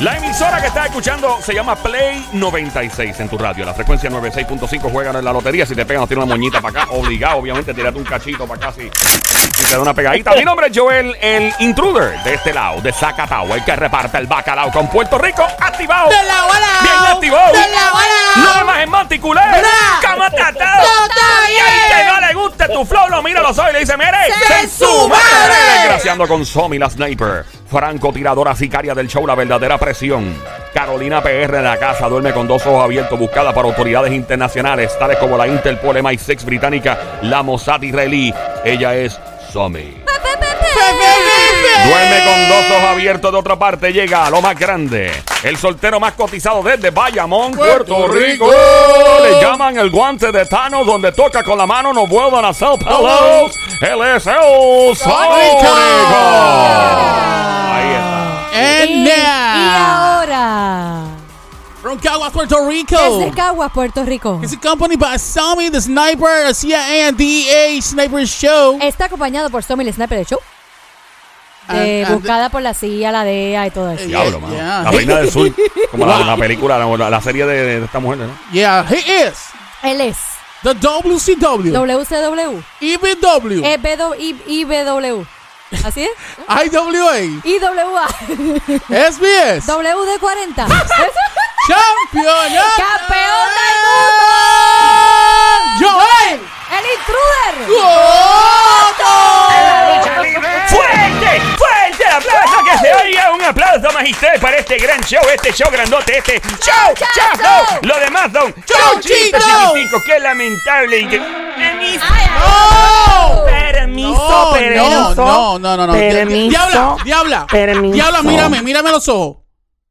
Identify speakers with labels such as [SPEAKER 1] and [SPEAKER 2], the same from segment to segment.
[SPEAKER 1] La emisora que estás escuchando se llama Play 96 en tu radio. La frecuencia 96.5 juegan en la lotería. Si te pegan, tira una moñita para acá. Obligado, obviamente, tírate un cachito para acá si, si te da una pegadita. Mi nombre es Joel, el intruder de este lado, de Zacatau, el que reparte el bacalao con Puerto Rico. Activado.
[SPEAKER 2] De lado a lado.
[SPEAKER 1] Bien activado.
[SPEAKER 2] De lado a lado.
[SPEAKER 1] Nada más en manticulé.
[SPEAKER 2] Bra.
[SPEAKER 1] Cama tratado.
[SPEAKER 2] Todo está
[SPEAKER 1] Y el que
[SPEAKER 2] bien.
[SPEAKER 1] no le guste tu flow, lo mira, lo soy y le dice, mire,
[SPEAKER 2] ¡Se
[SPEAKER 1] ¡se
[SPEAKER 2] su madre!
[SPEAKER 1] Desgraciando con Somi, la sniper. Franco, tiradora sicaria del show, la verdadera presión. Carolina PR en la casa duerme con dos ojos abiertos, buscada por autoridades internacionales, tales como la Interpol, MI6 británica, la Mossad israelí. Ella es Somi. Duerme con dos ojos abiertos de otra parte, llega a lo más grande. El soltero más cotizado desde Bayamón, Puerto, Rico. Le llaman el guante de Thanos, donde toca con la mano, no vuelvan a Sao Paulo. Él es el Sónico. Ahí está.
[SPEAKER 2] And
[SPEAKER 3] Y, y
[SPEAKER 2] now,
[SPEAKER 3] ahora,
[SPEAKER 2] from Caguas, Puerto
[SPEAKER 3] desde
[SPEAKER 2] Rico.
[SPEAKER 3] Caguas, Puerto Rico,
[SPEAKER 2] It's accompanied by Sammy the Sniper, Garcia, and the A Sniper Show.
[SPEAKER 3] está acompañado por Somi el Sniper de Show, eh,
[SPEAKER 2] And- and-
[SPEAKER 3] buscada por la CIA, la DEA y todo eso.
[SPEAKER 2] Eh,
[SPEAKER 1] Diablo, mano.
[SPEAKER 2] Yeah.
[SPEAKER 1] La reina del sur. Como la, la película, la, la serie de, de esta mujer, ¿no?
[SPEAKER 2] Yeah, he is
[SPEAKER 3] Él es
[SPEAKER 2] the WCW,
[SPEAKER 3] WCW,
[SPEAKER 2] E EBW,
[SPEAKER 3] EBW, I- IBW, E así es,
[SPEAKER 2] IWA,
[SPEAKER 3] IWA,
[SPEAKER 2] SBS,
[SPEAKER 3] WD40,
[SPEAKER 2] Champion,
[SPEAKER 3] Campeón del
[SPEAKER 2] mundo, Joel
[SPEAKER 3] el intruder.
[SPEAKER 2] Cotto.
[SPEAKER 1] ¡Fuerte! ¡Fuerte el aplauso! ¡Que se oiga un aplauso magistral para este gran show! Este show grandote, este show,
[SPEAKER 3] ¡Chao,
[SPEAKER 1] show,
[SPEAKER 3] show!
[SPEAKER 1] Lo demás son
[SPEAKER 2] ¡Chao,
[SPEAKER 1] chicos
[SPEAKER 2] chicos!
[SPEAKER 1] y chicos. ¡Qué lamentable! y que- Permiso,
[SPEAKER 2] No.
[SPEAKER 1] permiso,
[SPEAKER 2] no,
[SPEAKER 1] permiso.
[SPEAKER 2] no, no, no, no.
[SPEAKER 4] Permiso.
[SPEAKER 2] Diabla, diabla.
[SPEAKER 4] Permiso.
[SPEAKER 2] Diabla, mírame, mírame a los ojos.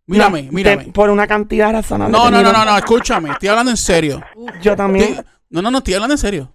[SPEAKER 2] Mírame,
[SPEAKER 4] No,
[SPEAKER 2] mírame.
[SPEAKER 4] te- por una cantidad razonable.
[SPEAKER 2] No,
[SPEAKER 4] te
[SPEAKER 2] no, no,
[SPEAKER 4] miro.
[SPEAKER 2] no, no, escúchame, estoy hablando en serio.
[SPEAKER 4] Yo también.
[SPEAKER 2] Estoy- No, no, no, estoy hablando en serio.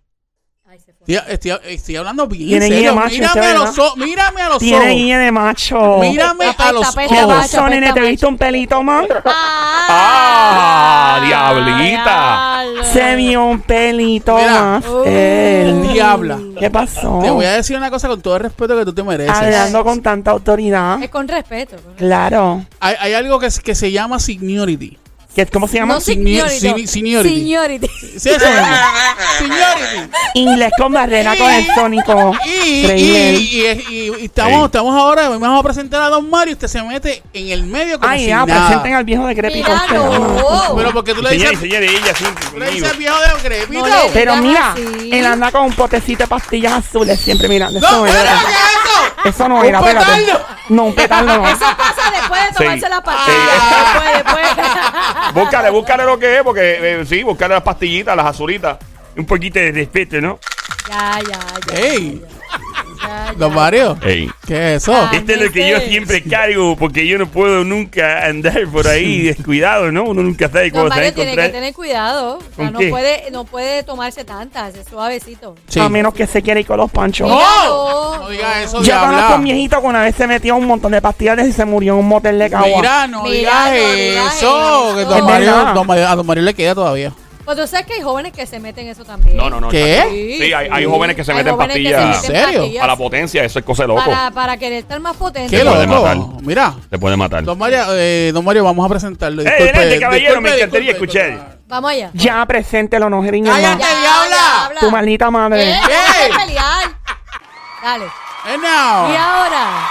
[SPEAKER 2] Estoy, estoy- estoy hablando bien en
[SPEAKER 4] Tiene guía
[SPEAKER 2] serio.
[SPEAKER 4] macho, este,
[SPEAKER 2] Mírame a los
[SPEAKER 4] ¿verdad?
[SPEAKER 2] ojos, mírame a los
[SPEAKER 4] Tiene
[SPEAKER 2] ojos.
[SPEAKER 4] guía de macho.
[SPEAKER 2] Mírame a
[SPEAKER 3] Apesta,
[SPEAKER 2] los
[SPEAKER 3] apesta,
[SPEAKER 2] ojos.
[SPEAKER 3] macho,
[SPEAKER 4] Eso, nene,
[SPEAKER 3] apesta,
[SPEAKER 4] ¿te viste un pelito más?
[SPEAKER 1] ¡Ah, diablita!
[SPEAKER 4] Se vio un pelito
[SPEAKER 2] Mira.
[SPEAKER 4] más.
[SPEAKER 3] Uh. Oh.
[SPEAKER 4] Él.
[SPEAKER 2] Diabla.
[SPEAKER 4] ¿Qué pasó?
[SPEAKER 2] Te voy a decir una cosa con todo el respeto que tú te mereces.
[SPEAKER 4] Hablando con tanta autoridad.
[SPEAKER 3] Es con respeto.
[SPEAKER 4] Claro.
[SPEAKER 2] Hay, hay algo que, es- que se llama seniority.
[SPEAKER 4] ¿Qué- ¿Cómo se llama?
[SPEAKER 3] No
[SPEAKER 2] Senior- seni-
[SPEAKER 3] seniority.
[SPEAKER 2] seniority.
[SPEAKER 3] Seniority.
[SPEAKER 2] Sí, eso mismo. Seniority.
[SPEAKER 4] Inglés con barrera con el sónico.
[SPEAKER 2] Y,
[SPEAKER 4] Increíble.
[SPEAKER 2] y, y- y- y estamos,
[SPEAKER 1] Ey.
[SPEAKER 2] estamos ahora, hoy vamos a presentar a Don Mario y usted se mete en el medio como
[SPEAKER 4] Ay,
[SPEAKER 2] si
[SPEAKER 4] ya,
[SPEAKER 2] nada.
[SPEAKER 4] presenten al viejo de Crepito.
[SPEAKER 3] Míralo.
[SPEAKER 2] Pero porque tú le
[SPEAKER 1] Señores y
[SPEAKER 2] dices,
[SPEAKER 1] señores, ella sí,
[SPEAKER 2] tú le dices
[SPEAKER 1] conmigo.
[SPEAKER 2] al viejo de Grepito.
[SPEAKER 3] No le-
[SPEAKER 4] Pero mira,
[SPEAKER 3] Así.
[SPEAKER 4] él anda con un potecito de pastillas azules siempre mirando. Eso
[SPEAKER 2] ¡No,
[SPEAKER 4] no era.
[SPEAKER 2] espera, ¿qué es eso!
[SPEAKER 4] Eso no
[SPEAKER 2] ¡Un
[SPEAKER 4] era, espérate.
[SPEAKER 2] petardo!
[SPEAKER 4] No, un petardo no.
[SPEAKER 3] Eso pasa después de tomarse
[SPEAKER 1] Sí. Ah.
[SPEAKER 3] la pastilla.
[SPEAKER 1] Sí.
[SPEAKER 3] Después, después.
[SPEAKER 1] Búscale, búscale lo que es, porque eh, sí, búscale las pastillitas, las azulitas. Un poquito de respeto, ¿no?
[SPEAKER 3] Ya, ya, ya.
[SPEAKER 2] ¡Ey!
[SPEAKER 3] ya, ya.
[SPEAKER 2] Don Mario,
[SPEAKER 1] Ey.
[SPEAKER 2] ¿qué es eso?
[SPEAKER 3] Ah.
[SPEAKER 1] Este es lo que yo siempre cargo porque yo no puedo nunca andar por ahí descuidado, ¿no? Uno nunca sabe
[SPEAKER 3] Don
[SPEAKER 1] cómo se va a
[SPEAKER 3] Mario tiene que
[SPEAKER 1] encontrar.
[SPEAKER 3] tener cuidado. O sea,
[SPEAKER 1] ¿Con
[SPEAKER 3] no,
[SPEAKER 1] qué?
[SPEAKER 3] puede, no puede tomarse tantas, es suavecito.
[SPEAKER 2] Sí.
[SPEAKER 4] A menos que se quiera ir con los panchos.
[SPEAKER 2] ¡No!
[SPEAKER 3] Míralo.
[SPEAKER 2] No digas eso,
[SPEAKER 4] Yo conozco
[SPEAKER 2] diabla.
[SPEAKER 4] un viejito que una vez se metió un montón de pastillas y se murió en un motel de Cagua.
[SPEAKER 2] Mira, no digas
[SPEAKER 3] Mira, no digas
[SPEAKER 2] eso.
[SPEAKER 3] eso.
[SPEAKER 2] Que don
[SPEAKER 4] Es
[SPEAKER 2] Mario,
[SPEAKER 4] verdad.
[SPEAKER 2] don Mario- a Don Mario le queda todavía.
[SPEAKER 3] Pues tú sabes que hay jóvenes que se meten eso también.
[SPEAKER 1] No, no, no.
[SPEAKER 2] ¿Qué?
[SPEAKER 3] Sí,
[SPEAKER 1] Sí, hay, hay
[SPEAKER 3] sí.
[SPEAKER 1] jóvenes que se
[SPEAKER 3] Hay
[SPEAKER 1] meten
[SPEAKER 3] jóvenes que se
[SPEAKER 2] ¿En
[SPEAKER 1] pastillas
[SPEAKER 2] serio?
[SPEAKER 3] pastillas
[SPEAKER 1] a la potencia, eso es cosa de loco.
[SPEAKER 3] para, para querer estar más potente.
[SPEAKER 2] ¡Qué
[SPEAKER 1] lo puede
[SPEAKER 2] loco!
[SPEAKER 1] matar.
[SPEAKER 2] Mira,
[SPEAKER 1] Te puede matar.
[SPEAKER 2] don Mario, eh, don Mario, vamos a presentarlo.
[SPEAKER 1] Eh, adelante, caballero, me encantaría escuchar.
[SPEAKER 3] Vamos allá.
[SPEAKER 4] Ya, preséntelo, no jeriño
[SPEAKER 2] Cállate.
[SPEAKER 4] más.
[SPEAKER 2] diabla!
[SPEAKER 4] Tu maldita madre.
[SPEAKER 3] Eh,
[SPEAKER 2] Ey.
[SPEAKER 3] deja de pelear. Dale.
[SPEAKER 2] And now,
[SPEAKER 3] Y ahora,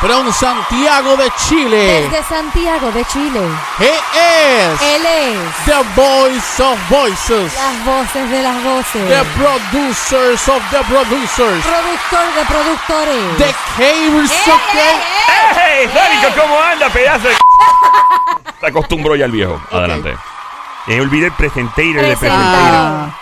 [SPEAKER 2] from Santiago de Chile,
[SPEAKER 3] desde Santiago de Chile,
[SPEAKER 2] he is
[SPEAKER 3] él es
[SPEAKER 2] the voice of voices,
[SPEAKER 3] las voces de las voces.
[SPEAKER 2] the producers of the producers,
[SPEAKER 3] productor de productores.
[SPEAKER 2] the cable
[SPEAKER 3] Eh,
[SPEAKER 2] socket.
[SPEAKER 1] ¡Ey, Sónico, cómo anda, pedazo de... Te acostumbró ya el viejo. Adelante. Eh, olvidé el presentator, el presentator.
[SPEAKER 2] Ah,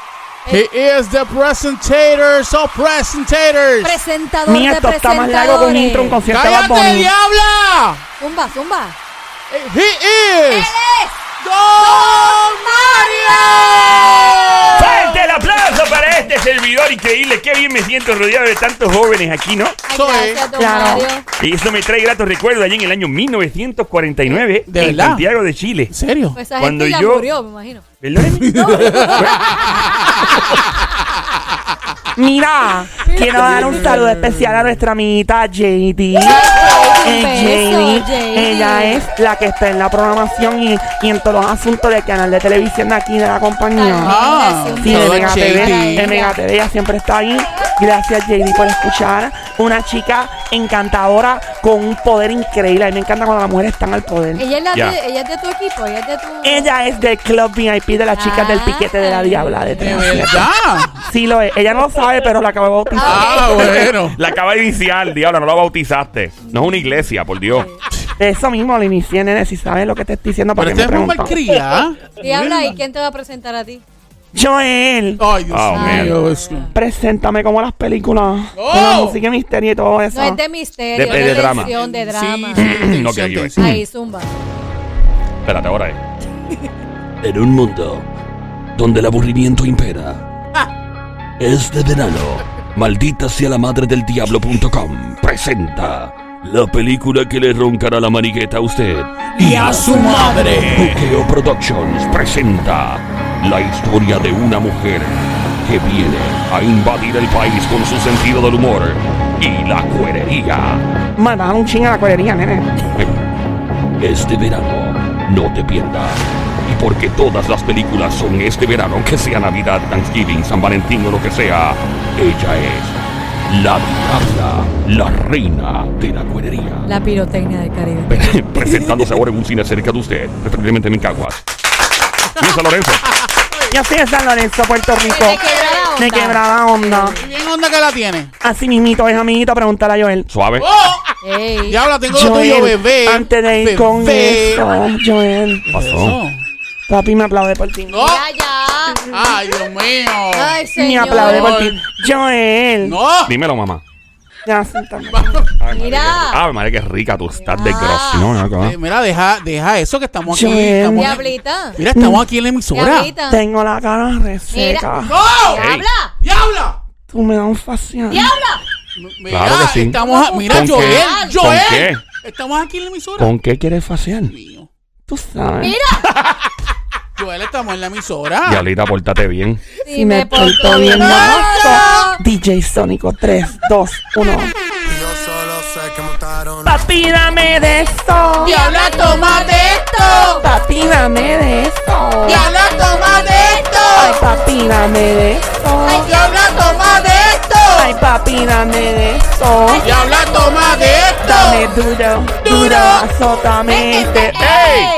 [SPEAKER 2] He is the presentators of presentators.
[SPEAKER 3] Presentador
[SPEAKER 4] Mira,
[SPEAKER 3] de
[SPEAKER 4] esto está más largo que un intro, un
[SPEAKER 3] presentadores.
[SPEAKER 4] concierto de Bad
[SPEAKER 2] ¡Cállate,
[SPEAKER 4] Bunny.
[SPEAKER 2] diabla! Eh,
[SPEAKER 3] Zumba, zumba.
[SPEAKER 2] He is
[SPEAKER 3] es
[SPEAKER 2] Don Mario.
[SPEAKER 1] ¡Fuerte el aplauso para este servidor increíble! ¡Qué bien me siento rodeado de tantos jóvenes aquí, ¿no?
[SPEAKER 3] Ay,
[SPEAKER 2] Soy-
[SPEAKER 3] gracias, don
[SPEAKER 4] Claro.
[SPEAKER 3] Mario.
[SPEAKER 1] Y eso me trae gratos recuerdos allí en el año 1949
[SPEAKER 2] ¿De
[SPEAKER 1] en
[SPEAKER 2] verdad?
[SPEAKER 1] Santiago de Chile.
[SPEAKER 2] ¿En serio?
[SPEAKER 3] Pues esa
[SPEAKER 1] Cuando
[SPEAKER 3] gente ya
[SPEAKER 1] yo-
[SPEAKER 3] murió, me imagino.
[SPEAKER 1] Perdóneme.
[SPEAKER 4] Mira, quiero dar un saludo especial a nuestra amiguita JD.
[SPEAKER 3] un beso,
[SPEAKER 4] Jamie,
[SPEAKER 3] Jamie.
[SPEAKER 4] Eh, Ella es la que está en la programación y, y en todos los asuntos del canal de televisión de aquí de la compañía.
[SPEAKER 2] Ah,
[SPEAKER 3] Gracias, un
[SPEAKER 4] Sí,
[SPEAKER 2] todo
[SPEAKER 4] de
[SPEAKER 3] beso
[SPEAKER 2] en
[SPEAKER 4] Mega
[SPEAKER 3] para
[SPEAKER 2] shady.
[SPEAKER 4] TV.
[SPEAKER 3] ella.
[SPEAKER 4] De Mega TV, ella siempre está ahí. Gracias, JD, por escuchar. Una chica encantadora con un poder increíble. A mí me encanta cuando las mujeres están al poder.
[SPEAKER 3] Ella es, la
[SPEAKER 1] Ya.
[SPEAKER 3] de, ella es de tu equipo, ella es de tu...
[SPEAKER 4] Ella es del Club VIP de las chicas del piquete de la diabla de
[SPEAKER 2] De
[SPEAKER 4] tres.
[SPEAKER 2] verdad.
[SPEAKER 4] Sí lo es. Ella no lo sabe, pero la acabo de bautizar.
[SPEAKER 2] Ah, bueno.
[SPEAKER 1] La acaba de iniciar, diablo, no la bautizaste. No es una iglesia, por Dios.
[SPEAKER 4] Eso mismo lo inicié, nene. Si sabes lo que te estoy diciendo,
[SPEAKER 2] Pero
[SPEAKER 4] para que
[SPEAKER 2] este
[SPEAKER 4] me
[SPEAKER 2] es un malcría.
[SPEAKER 4] preguntan.
[SPEAKER 3] Diabla, ¿y quién te va a presentar a ti?
[SPEAKER 4] Joel,
[SPEAKER 2] Ay, Dios
[SPEAKER 1] Oh, man.
[SPEAKER 2] mío. es-
[SPEAKER 4] preséntame como las películas.
[SPEAKER 2] Oh.
[SPEAKER 4] Con la música y misterio y todo eso.
[SPEAKER 3] No es de misterio,
[SPEAKER 1] De- de
[SPEAKER 3] es de
[SPEAKER 1] drama.
[SPEAKER 3] tensión, de drama.
[SPEAKER 2] Sí, sí,
[SPEAKER 1] No,
[SPEAKER 2] sí,
[SPEAKER 1] que yo-
[SPEAKER 2] sí, sí.
[SPEAKER 3] Ahí, zumba.
[SPEAKER 1] Espérate, ahora es.
[SPEAKER 5] En un mundo donde el aburrimiento impera, este verano, maldita sea la madre del diablo.com presenta la película que le roncará la maniqueta a usted y a su madre. Buqueo Productions presenta la historia de una mujer que viene a invadir el país con su sentido del humor y la cuerería.
[SPEAKER 4] Me bajan un chingo a la colería, nene.
[SPEAKER 5] Este verano, no te pierdas. Y porque todas las películas son este verano, que sea Navidad, Thanksgiving, San Valentín o lo que sea, ella es la diabla, la reina de la cuerería.
[SPEAKER 3] La pirotecnia del Caribe.
[SPEAKER 1] Presentándose ahora en un cine cerca de usted, preferiblemente en Mincaguas. Bien, San Lorenzo.
[SPEAKER 4] Yo soy de San Lorenzo, Puerto Rico.
[SPEAKER 3] De Quebrada Honda.
[SPEAKER 4] De quebrada onda.
[SPEAKER 2] ¿Y bien onda que la tiene?
[SPEAKER 4] Así mismito es, amiguito, preguntar a Joel.
[SPEAKER 1] Suave.
[SPEAKER 3] Ey.
[SPEAKER 2] Diabla, tengo lo tuyo, bebé.
[SPEAKER 4] antes de ir
[SPEAKER 2] bebé.
[SPEAKER 4] con eso, Joel,
[SPEAKER 1] Pasó.
[SPEAKER 2] No.
[SPEAKER 4] papi me aplaude por ti.
[SPEAKER 2] No.
[SPEAKER 3] Ya, ya.
[SPEAKER 2] Ay, Dios mío.
[SPEAKER 3] Ay,
[SPEAKER 4] me
[SPEAKER 3] señor.
[SPEAKER 4] aplaude por ti. Joel.
[SPEAKER 2] No.
[SPEAKER 1] Dímelo, mamá.
[SPEAKER 4] Ya, siéntame.
[SPEAKER 3] Mira.
[SPEAKER 1] Ah, madre, qué rica tú estás de
[SPEAKER 3] Ah.
[SPEAKER 1] gross. No, no, no.
[SPEAKER 2] Eh, mira, deja, deja eso que estamos aquí.
[SPEAKER 4] Joel.
[SPEAKER 2] estamos-
[SPEAKER 3] Diablita.
[SPEAKER 2] mira, estamos aquí en la emisora.
[SPEAKER 3] Diablita.
[SPEAKER 4] Tengo la cara reseca.
[SPEAKER 3] Mira.
[SPEAKER 2] ¡No!
[SPEAKER 3] Diabla.
[SPEAKER 2] ¡Diabla!
[SPEAKER 4] Tú me das un facial.
[SPEAKER 3] Diabla.
[SPEAKER 2] Mira,
[SPEAKER 1] Claro que sí.
[SPEAKER 2] estamos a- mira,
[SPEAKER 1] ¿Con qué?
[SPEAKER 2] Joel,
[SPEAKER 1] ¿Con
[SPEAKER 2] Joel.
[SPEAKER 1] qué?
[SPEAKER 2] Estamos aquí en la emisora.
[SPEAKER 1] ¿Con qué quieres facial?
[SPEAKER 2] Mío.
[SPEAKER 4] Tú sabes.
[SPEAKER 2] Joel, estamos en la emisora.
[SPEAKER 1] Diablita, pórtate bien.
[SPEAKER 3] Si me porto bien.
[SPEAKER 4] molesto. DJ Sónico 3, 2, 1.
[SPEAKER 6] Yo solo sé que montaron
[SPEAKER 4] Papi, dame de eso.
[SPEAKER 2] Diabla, toma de esto.
[SPEAKER 4] Papi, dame de eso.
[SPEAKER 2] Diabla, toma de
[SPEAKER 4] Ay,
[SPEAKER 2] esto.
[SPEAKER 4] papi, dame de eso.
[SPEAKER 2] Diabla, toma de
[SPEAKER 4] Ay,
[SPEAKER 2] esto.
[SPEAKER 4] papi, dame de eso.
[SPEAKER 2] Diabla, toma de
[SPEAKER 4] Dame
[SPEAKER 2] esto.
[SPEAKER 4] duro,
[SPEAKER 2] Duro.
[SPEAKER 4] duro, azótame. Te-
[SPEAKER 3] Ey.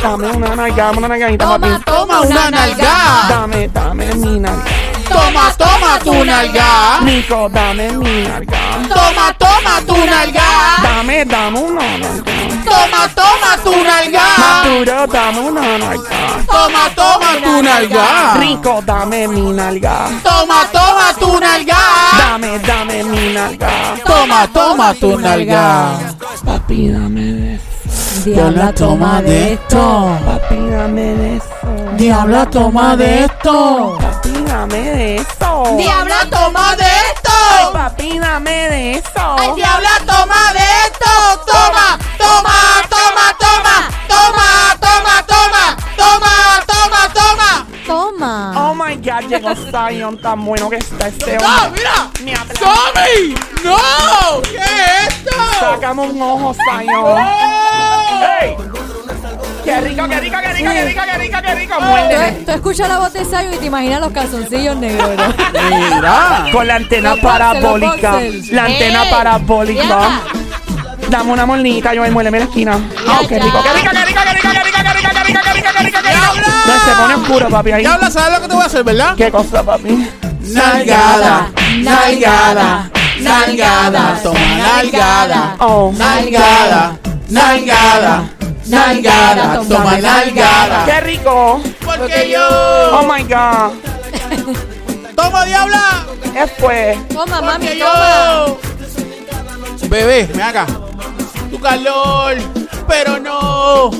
[SPEAKER 4] Dame una nalga, una nalgadita,
[SPEAKER 3] Toma,
[SPEAKER 4] papi.
[SPEAKER 3] toma una nalga.
[SPEAKER 4] Dame, dame mi nalga.
[SPEAKER 2] Toma, toma tu
[SPEAKER 4] Ah.
[SPEAKER 2] nalga.
[SPEAKER 4] Nico, dame mi nalga.
[SPEAKER 2] Toma, toma tu nalga.
[SPEAKER 4] Dame, dame una nalga.
[SPEAKER 2] Toma, toma tu
[SPEAKER 4] Más
[SPEAKER 2] nalga.
[SPEAKER 4] duro, dame una nalga.
[SPEAKER 2] Toma, toma tu nalga.
[SPEAKER 4] Rico, dame mi nalga.
[SPEAKER 2] Toma, toma tu nalga.
[SPEAKER 4] Dame, dame mi nalga.
[SPEAKER 2] Toma, toma tu nalga.
[SPEAKER 4] Papi, dame de eso.
[SPEAKER 3] Diabla, toma de esto.
[SPEAKER 4] Papi, dame de eso.
[SPEAKER 2] Diabla, toma de esto.
[SPEAKER 4] Papi, dame de eso.
[SPEAKER 2] Diabla, toma de
[SPEAKER 4] Ay,
[SPEAKER 2] esto.
[SPEAKER 4] papi, dame de eso.
[SPEAKER 2] Diabla, toma de esto. Toma, toma, toma, toma. Toma, toma, toma. Toma, toma, toma.
[SPEAKER 3] Toma.
[SPEAKER 4] Oh my God, llegó Zion, tan bueno que está este
[SPEAKER 2] ¡No,
[SPEAKER 4] hombre.
[SPEAKER 2] Ah, mira!
[SPEAKER 4] Me aplaude.
[SPEAKER 2] ¡Tommy! ¡No! ¿Qué es esto? Oh,
[SPEAKER 4] Sácame un ojo, Zion.
[SPEAKER 1] ¡Ey!
[SPEAKER 4] ¡Qué rico, qué rico, qué rico, qué rico, qué rico, qué rico!
[SPEAKER 3] Tú,
[SPEAKER 4] Muérdeme.
[SPEAKER 3] tú escuchas la voz de Sayo y te imaginas los calzoncillos negros. ¿no?
[SPEAKER 2] Mira.
[SPEAKER 4] Con la antena
[SPEAKER 3] Los boxers,
[SPEAKER 4] parabólica.
[SPEAKER 3] los boxers.
[SPEAKER 4] La antena
[SPEAKER 3] Ey,
[SPEAKER 4] parabólica.
[SPEAKER 3] diabla.
[SPEAKER 4] Dame una molnita, yo muérdeme la esquina. ¡Ah, qué
[SPEAKER 3] ya.
[SPEAKER 4] rico, qué rico, qué rico, qué rico, qué rico, qué rico, qué rico, qué rico, qué rico, qué rico! No, se pone oscuro, papi, ahí.
[SPEAKER 2] Diabla, ¿sabes lo que te voy a hacer, verdad?
[SPEAKER 4] ¿Qué cosa, papi?
[SPEAKER 2] Nalgada, nalgada, nalgada, toma nalgada,
[SPEAKER 4] Oh.
[SPEAKER 2] nalgada, nalgada, nalgada, toma nalgada.
[SPEAKER 4] ¡Qué rico!
[SPEAKER 2] Porque yo
[SPEAKER 4] ¡Oh, my God!
[SPEAKER 2] tomo diabla,
[SPEAKER 4] Es pues...
[SPEAKER 3] Toma, mami,
[SPEAKER 2] porque
[SPEAKER 3] toma.
[SPEAKER 2] yo. Bebé, me acá. Tu calor, pero no.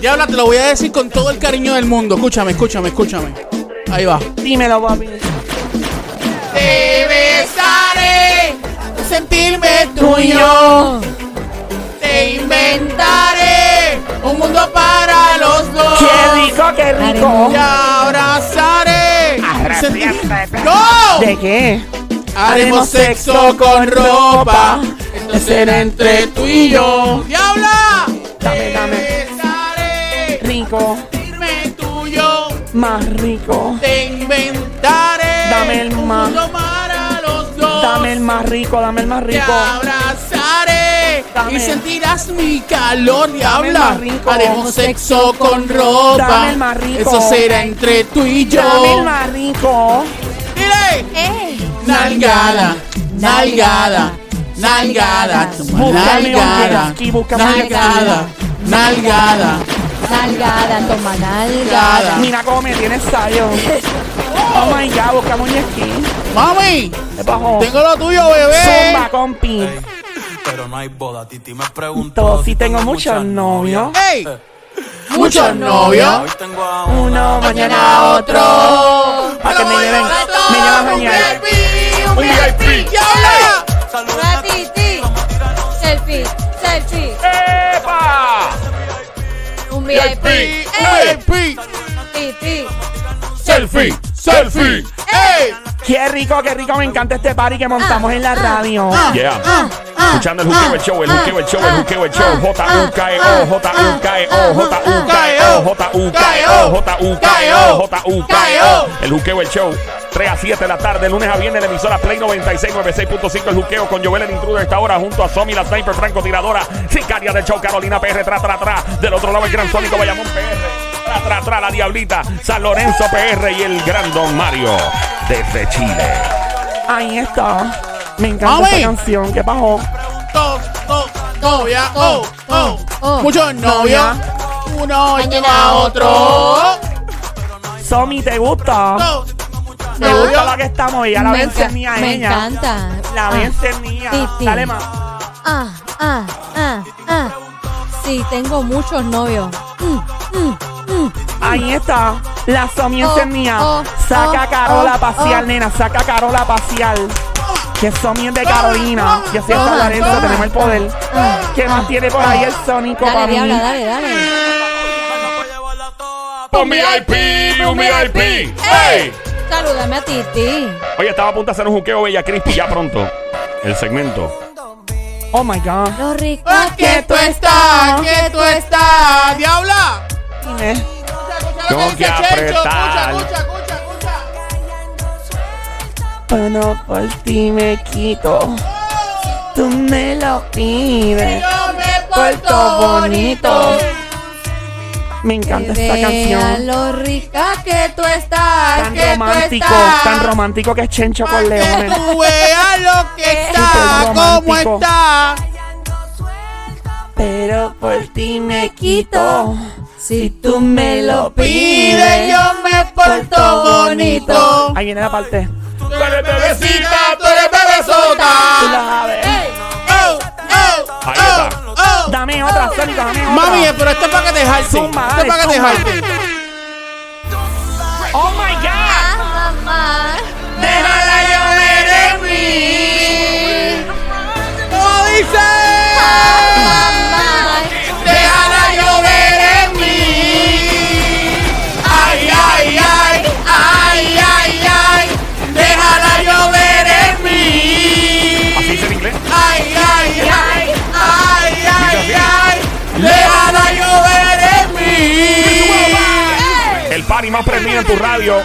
[SPEAKER 2] Diabla, te lo voy a decir con todo el cariño del mundo. Escúchame, escúchame, escúchame. Ahí va.
[SPEAKER 4] Dímelo, papi.
[SPEAKER 2] Te besaré, sentirme
[SPEAKER 3] Tuyo.
[SPEAKER 2] Te inventaré un mundo para los dos.
[SPEAKER 4] ¡Qué rico, qué rico!
[SPEAKER 2] Te abrazaré.
[SPEAKER 4] Ah, Abrazarte.
[SPEAKER 2] ¡No!
[SPEAKER 4] ¿De qué?
[SPEAKER 2] Haremos sexo con ropa. Esto será entre tú y yo. ¡Diabla!
[SPEAKER 4] Dame, dame.
[SPEAKER 2] Te besaré,
[SPEAKER 4] Rico,
[SPEAKER 2] firme tuyo.
[SPEAKER 4] más rico.
[SPEAKER 2] Te inventaré.
[SPEAKER 4] Dame el
[SPEAKER 2] un
[SPEAKER 4] ma-
[SPEAKER 2] mundo para los dos.
[SPEAKER 4] Dame el más rico, dame el más
[SPEAKER 2] Te
[SPEAKER 4] rico.
[SPEAKER 2] abrazaré
[SPEAKER 4] Dame.
[SPEAKER 2] y sentirás mi calor, diabla.
[SPEAKER 4] más rico.
[SPEAKER 2] Haremos sexo con ropa.
[SPEAKER 4] Dame el más rico.
[SPEAKER 2] Eso será entre tú y yo.
[SPEAKER 4] Dame el más rico.
[SPEAKER 2] Dile,
[SPEAKER 3] ¡Ey!
[SPEAKER 2] nalgada, nalgada, nalgada,
[SPEAKER 4] Búscame un
[SPEAKER 2] nalgada,
[SPEAKER 4] jet ski, búscame un jet ski.
[SPEAKER 2] nalgada, nalgada.
[SPEAKER 3] Nalgada, toma nalgada.
[SPEAKER 4] Mira cómo me tienes sayo. Oh my god, buscamos un jet ski.
[SPEAKER 2] Mami,
[SPEAKER 4] Me bajó.
[SPEAKER 2] tengo lo tuyo, bebé.
[SPEAKER 4] Zumba, compi.
[SPEAKER 6] Pero no hay boda, Titi me preguntó
[SPEAKER 4] Entonces, si tengo muchos novios.
[SPEAKER 2] Ey, muchos novios.
[SPEAKER 6] Hoy tengo a
[SPEAKER 4] Uno, mañana
[SPEAKER 2] Mañana
[SPEAKER 4] otro.
[SPEAKER 2] otro.
[SPEAKER 4] Para que me lleven. Me llevan mañana.
[SPEAKER 2] Un
[SPEAKER 1] Un VIP.
[SPEAKER 2] ¡Diabla!
[SPEAKER 3] Una titi. Selfie, selfie.
[SPEAKER 1] ¡Epa!
[SPEAKER 3] Un VIP.
[SPEAKER 1] Ey.
[SPEAKER 3] Eh,
[SPEAKER 2] ¡Ey! pi,
[SPEAKER 1] Eh.
[SPEAKER 3] Titi.
[SPEAKER 1] ¡Selfie! ¡Selfie!
[SPEAKER 2] ¡Ey!
[SPEAKER 4] Qué rico, qué rico. Me encanta este party que montamos
[SPEAKER 2] Ah.
[SPEAKER 4] en la radio.
[SPEAKER 1] Yeah.
[SPEAKER 3] Ah.
[SPEAKER 1] Escuchando el juqueo el show, el juqueo el show, el juqueo el show. J-U-K-E-O,
[SPEAKER 3] ah,
[SPEAKER 1] J-U-K-E-O, ah. J-U-K-E-O, J-U-K-E-O, J-U-K-E-O, J-U-K-E-O. E El juqueo el show. 3 a 7 de la tarde, lunes a viernes, en la emisora Play 96, 96.5. El juqueo con Joel el intruder a esta hora, junto a Somi, la sniper francotiradora, sicaria del show, Carolina PR, tra, tra, tra. Del otro lado, el gran sónico Bayamón PR. Tra, tra, tra, la diablita, San Lorenzo PR y el gran Don Mario desde Chile.
[SPEAKER 4] Ahí está. Me encanta
[SPEAKER 2] Mami.
[SPEAKER 4] esta canción. ¿Qué bajó?
[SPEAKER 2] to, to, novia, oh, oh,
[SPEAKER 3] oh.
[SPEAKER 2] Muchos novios, uno lleva a otro.
[SPEAKER 4] Somi, ¿te gusta?
[SPEAKER 2] To,
[SPEAKER 4] Me gusta la que estamos. Ella la
[SPEAKER 3] me
[SPEAKER 4] vence
[SPEAKER 3] enca-
[SPEAKER 4] mía,
[SPEAKER 3] me
[SPEAKER 4] ella.
[SPEAKER 3] encanta.
[SPEAKER 4] La
[SPEAKER 3] Ah,
[SPEAKER 4] vence mía.
[SPEAKER 3] Titi.
[SPEAKER 4] Dale más.
[SPEAKER 3] Ah, ah, ah, ah. Sí, tengo muchos novios. Mm, mm, mm.
[SPEAKER 4] Ahí está. La Somi
[SPEAKER 3] Oh,
[SPEAKER 4] encendía.
[SPEAKER 3] oh,
[SPEAKER 4] saca a
[SPEAKER 3] oh,
[SPEAKER 4] Carola a
[SPEAKER 3] oh,
[SPEAKER 4] pasear,
[SPEAKER 3] oh.
[SPEAKER 4] nena. Saca a Carola a pasear. Que Somi es de Carolina. Yo soy de San
[SPEAKER 3] Toma,
[SPEAKER 4] Lorenzo.
[SPEAKER 3] toma.
[SPEAKER 4] Tenemos el poder.
[SPEAKER 3] oh, Ah,
[SPEAKER 4] ¿Qué más tiene por ahí el Sónico para
[SPEAKER 3] Dale,
[SPEAKER 4] mí?
[SPEAKER 3] diabla, dale, dale.
[SPEAKER 1] Un VIP, un VIP. ¡Ey!
[SPEAKER 3] Salúdame a Titi.
[SPEAKER 1] Oye, estaba a punto de hacer un juqueo Bella Crispy ya pronto. El segmento.
[SPEAKER 4] Oh my God.
[SPEAKER 3] Lo rico
[SPEAKER 2] Ah, que tú estás, que tú estás, diabla.
[SPEAKER 4] Dime.
[SPEAKER 1] Tengo que
[SPEAKER 2] escucha,
[SPEAKER 1] apretar.
[SPEAKER 2] escucha, escucha.
[SPEAKER 4] Bueno, por ti me quito. Tú me lo pides.
[SPEAKER 2] Yo me
[SPEAKER 4] Puerto bonito. Me encanta esta
[SPEAKER 3] Vean
[SPEAKER 4] canción.
[SPEAKER 3] lo rica que tú estás.
[SPEAKER 4] Tan
[SPEAKER 2] que tú
[SPEAKER 4] romántico,
[SPEAKER 2] estás.
[SPEAKER 4] tan romántico que es Chencho
[SPEAKER 2] Pa'
[SPEAKER 4] con
[SPEAKER 2] que
[SPEAKER 4] Leones.
[SPEAKER 2] tú veas lo que está,
[SPEAKER 4] Súper
[SPEAKER 2] cómo
[SPEAKER 4] romántico.
[SPEAKER 2] está.
[SPEAKER 4] Pero por ti me
[SPEAKER 3] quito. Si tú me lo
[SPEAKER 2] Pide,
[SPEAKER 3] pides.
[SPEAKER 2] yo me porto bonito.
[SPEAKER 4] Ahí viene la parte.
[SPEAKER 2] Tú
[SPEAKER 1] eres bebecita,
[SPEAKER 2] tú eres
[SPEAKER 4] Tú
[SPEAKER 2] bebesota.
[SPEAKER 4] la sabes.
[SPEAKER 2] Oh, oh,
[SPEAKER 1] Ahí está.
[SPEAKER 2] oh, oh.
[SPEAKER 4] Dame otra, Sónico, dame otra.
[SPEAKER 2] Mami, eh, pero esto es para que dejarte. esto
[SPEAKER 4] Zumba,
[SPEAKER 2] es
[SPEAKER 4] dale,
[SPEAKER 2] para que
[SPEAKER 4] zumba.
[SPEAKER 2] dejarte.
[SPEAKER 4] Oh my God.
[SPEAKER 3] Ah, mamá.
[SPEAKER 2] Déjala llover en mí. ¿Cómo dice?
[SPEAKER 3] Mamá.
[SPEAKER 2] Déjala llover en mí. Ay, ay, ay, ay, ay, ay. Déjala llover en mí.
[SPEAKER 1] Así dice en inglés.
[SPEAKER 2] Ay, ay, ay, ay, ay, ay. Déjala llover en mí.
[SPEAKER 1] El party más prendido en tu radio.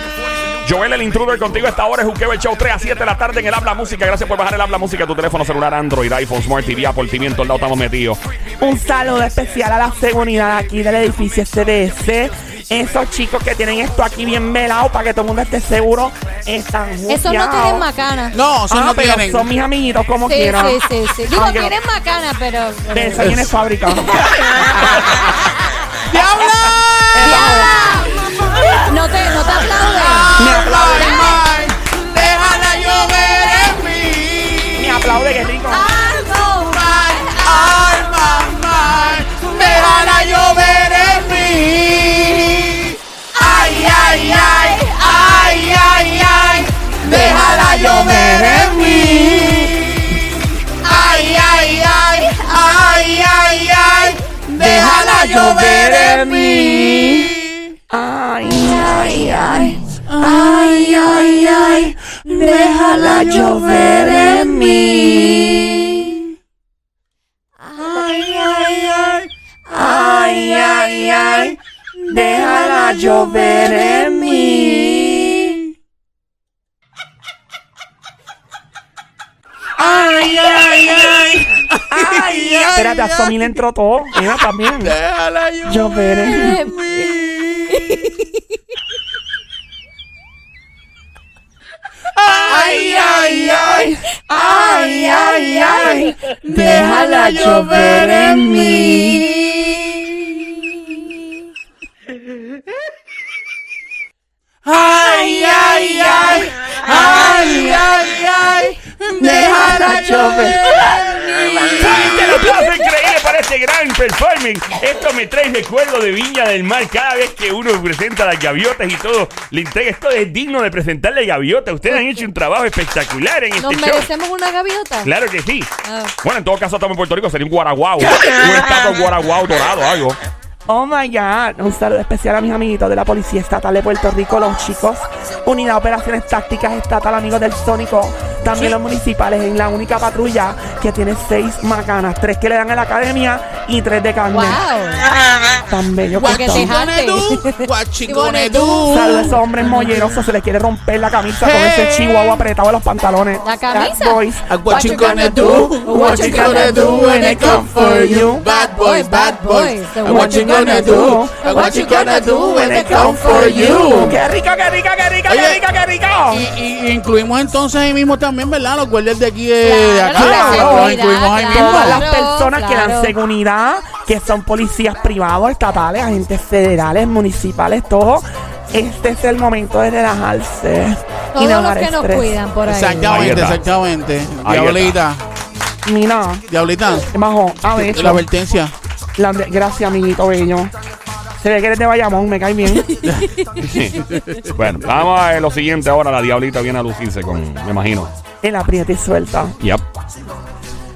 [SPEAKER 1] Joel el intruder contigo a esta hora es Juqueo el Show 3 a 7 de la tarde en el Habla Música. Gracias por bajar el Habla Música, tu teléfono celular, Android, iPhone, Smart TV, Apple TV, en todos lados estamos metidos.
[SPEAKER 4] Un saludo especial a la seguridad aquí del edificio SDS. Esos chicos que tienen esto aquí bien velado para que todo el mundo esté seguro están
[SPEAKER 3] Esos no
[SPEAKER 4] juqueados.
[SPEAKER 3] tienen macana.
[SPEAKER 2] No, eso
[SPEAKER 4] Ah,
[SPEAKER 2] no
[SPEAKER 4] pero
[SPEAKER 2] tienen.
[SPEAKER 4] son mis amiguitos como
[SPEAKER 3] Sí,
[SPEAKER 4] quieran.
[SPEAKER 3] sí, sí, sí. Digo,
[SPEAKER 4] Aunque-
[SPEAKER 3] tienen macana, pero.
[SPEAKER 4] De esa viene fábrica.
[SPEAKER 2] ¡Diabla!
[SPEAKER 3] No te, no te aplauden.
[SPEAKER 4] Me
[SPEAKER 2] Ay,
[SPEAKER 4] aplauden,
[SPEAKER 2] ay, déjala llover en mí.
[SPEAKER 4] me aplaude, que rico.
[SPEAKER 2] Ay, ay, ay, déjala llover en mí. Ay, ay, ay, ay, ay, ay, déjala llover en mí. Ay, ay, ay, ay, ay, ay, déjala llover en mí.
[SPEAKER 4] Ay, ay, ay.
[SPEAKER 2] Ay, ay, ay, déjala llover en mí.
[SPEAKER 4] ay, ay, ay. Ay, ay, ay. Déjala llover en mí. Ay, ay, ay. Ay, ay. Espérate, a Somi le entró todo. Mira, también.
[SPEAKER 2] Déjala yo.
[SPEAKER 4] Llover en mí. Ay, ay, ay. Ay, ay, ay. Déjala llover en mí. Ay, ay, ay. Ay, ay, ay. Déjala llover en mí.
[SPEAKER 1] ¡Fuerte el aplauso increíble para este gran performance! Esto me trae recuerdo de Viña del Mar. Cada vez que uno presenta las gaviotas y todo, le entrega esto es digno de presentarle gaviotas. Ustedes han hecho un trabajo espectacular en este
[SPEAKER 3] ¿Nos
[SPEAKER 1] show.
[SPEAKER 3] merecemos una gaviota?
[SPEAKER 1] Claro que sí.
[SPEAKER 3] Ah.
[SPEAKER 1] Bueno, en todo caso, estamos en Puerto Rico, sería un guaraguao. un estatua guaraguao dorado, algo.
[SPEAKER 4] Oh my God, un saludo especial a mis amiguitos de la Policía Estatal de Puerto Rico, los chicos, Unidad de Operaciones Tácticas Estatal, amigos del Sónico, también los municipales, en la única patrulla que tiene seis macanas, tres que le dan en la academia y tres de carne.
[SPEAKER 3] ¡Wow!
[SPEAKER 4] Tan bello que
[SPEAKER 3] Porque te
[SPEAKER 4] están.
[SPEAKER 3] jate.
[SPEAKER 2] tú. Guachicone
[SPEAKER 3] Chicone
[SPEAKER 2] tú.
[SPEAKER 3] tú.
[SPEAKER 4] Saludos a esos hombres mollerosos, se les quiere romper la camisa con ese
[SPEAKER 2] Hey.
[SPEAKER 4] chihuahua apretado en los pantalones.
[SPEAKER 3] ¿La camisa?
[SPEAKER 4] That boys.
[SPEAKER 2] Uh, What you gonna do? What you gonna do when they come for you? Bad boys, bad boys. Uh, What you gonna do? Uh, What you gonna do when they come for you?
[SPEAKER 4] ¡Qué rico, qué rico, qué rico,
[SPEAKER 2] Oye.
[SPEAKER 4] qué rico, qué rico!
[SPEAKER 2] Y, y- y incluimos entonces ahí mismo también, ¿verdad? Los guardias de aquí de
[SPEAKER 3] Claro,
[SPEAKER 2] acá.
[SPEAKER 4] la
[SPEAKER 2] Los
[SPEAKER 3] seguridad,
[SPEAKER 2] incluimos ahí
[SPEAKER 3] claro.
[SPEAKER 2] mismo.
[SPEAKER 4] todas las personas que
[SPEAKER 3] claro.
[SPEAKER 4] dan seguridad, que son policías privados, estatales, agentes federales, municipales, todo. Este es el momento de relajarse. y
[SPEAKER 3] Todos
[SPEAKER 4] no
[SPEAKER 3] los
[SPEAKER 4] dar
[SPEAKER 3] que nos
[SPEAKER 4] estrés.
[SPEAKER 3] cuidan por ahí.
[SPEAKER 1] Ahí
[SPEAKER 2] Exactamente,
[SPEAKER 1] está.
[SPEAKER 2] exactamente.
[SPEAKER 1] Ahí
[SPEAKER 2] Diablita,
[SPEAKER 4] Mira,
[SPEAKER 2] diablita.
[SPEAKER 4] bajo, a ver.
[SPEAKER 2] La advertencia.
[SPEAKER 4] la- gracias, amiguito bello. Se ve que eres de Bayamón, me cae bien.
[SPEAKER 1] bueno, vamos a ver lo siguiente ahora. La diablita viene a lucirse con, me imagino.
[SPEAKER 4] El apriete y suelta.
[SPEAKER 1] Yep.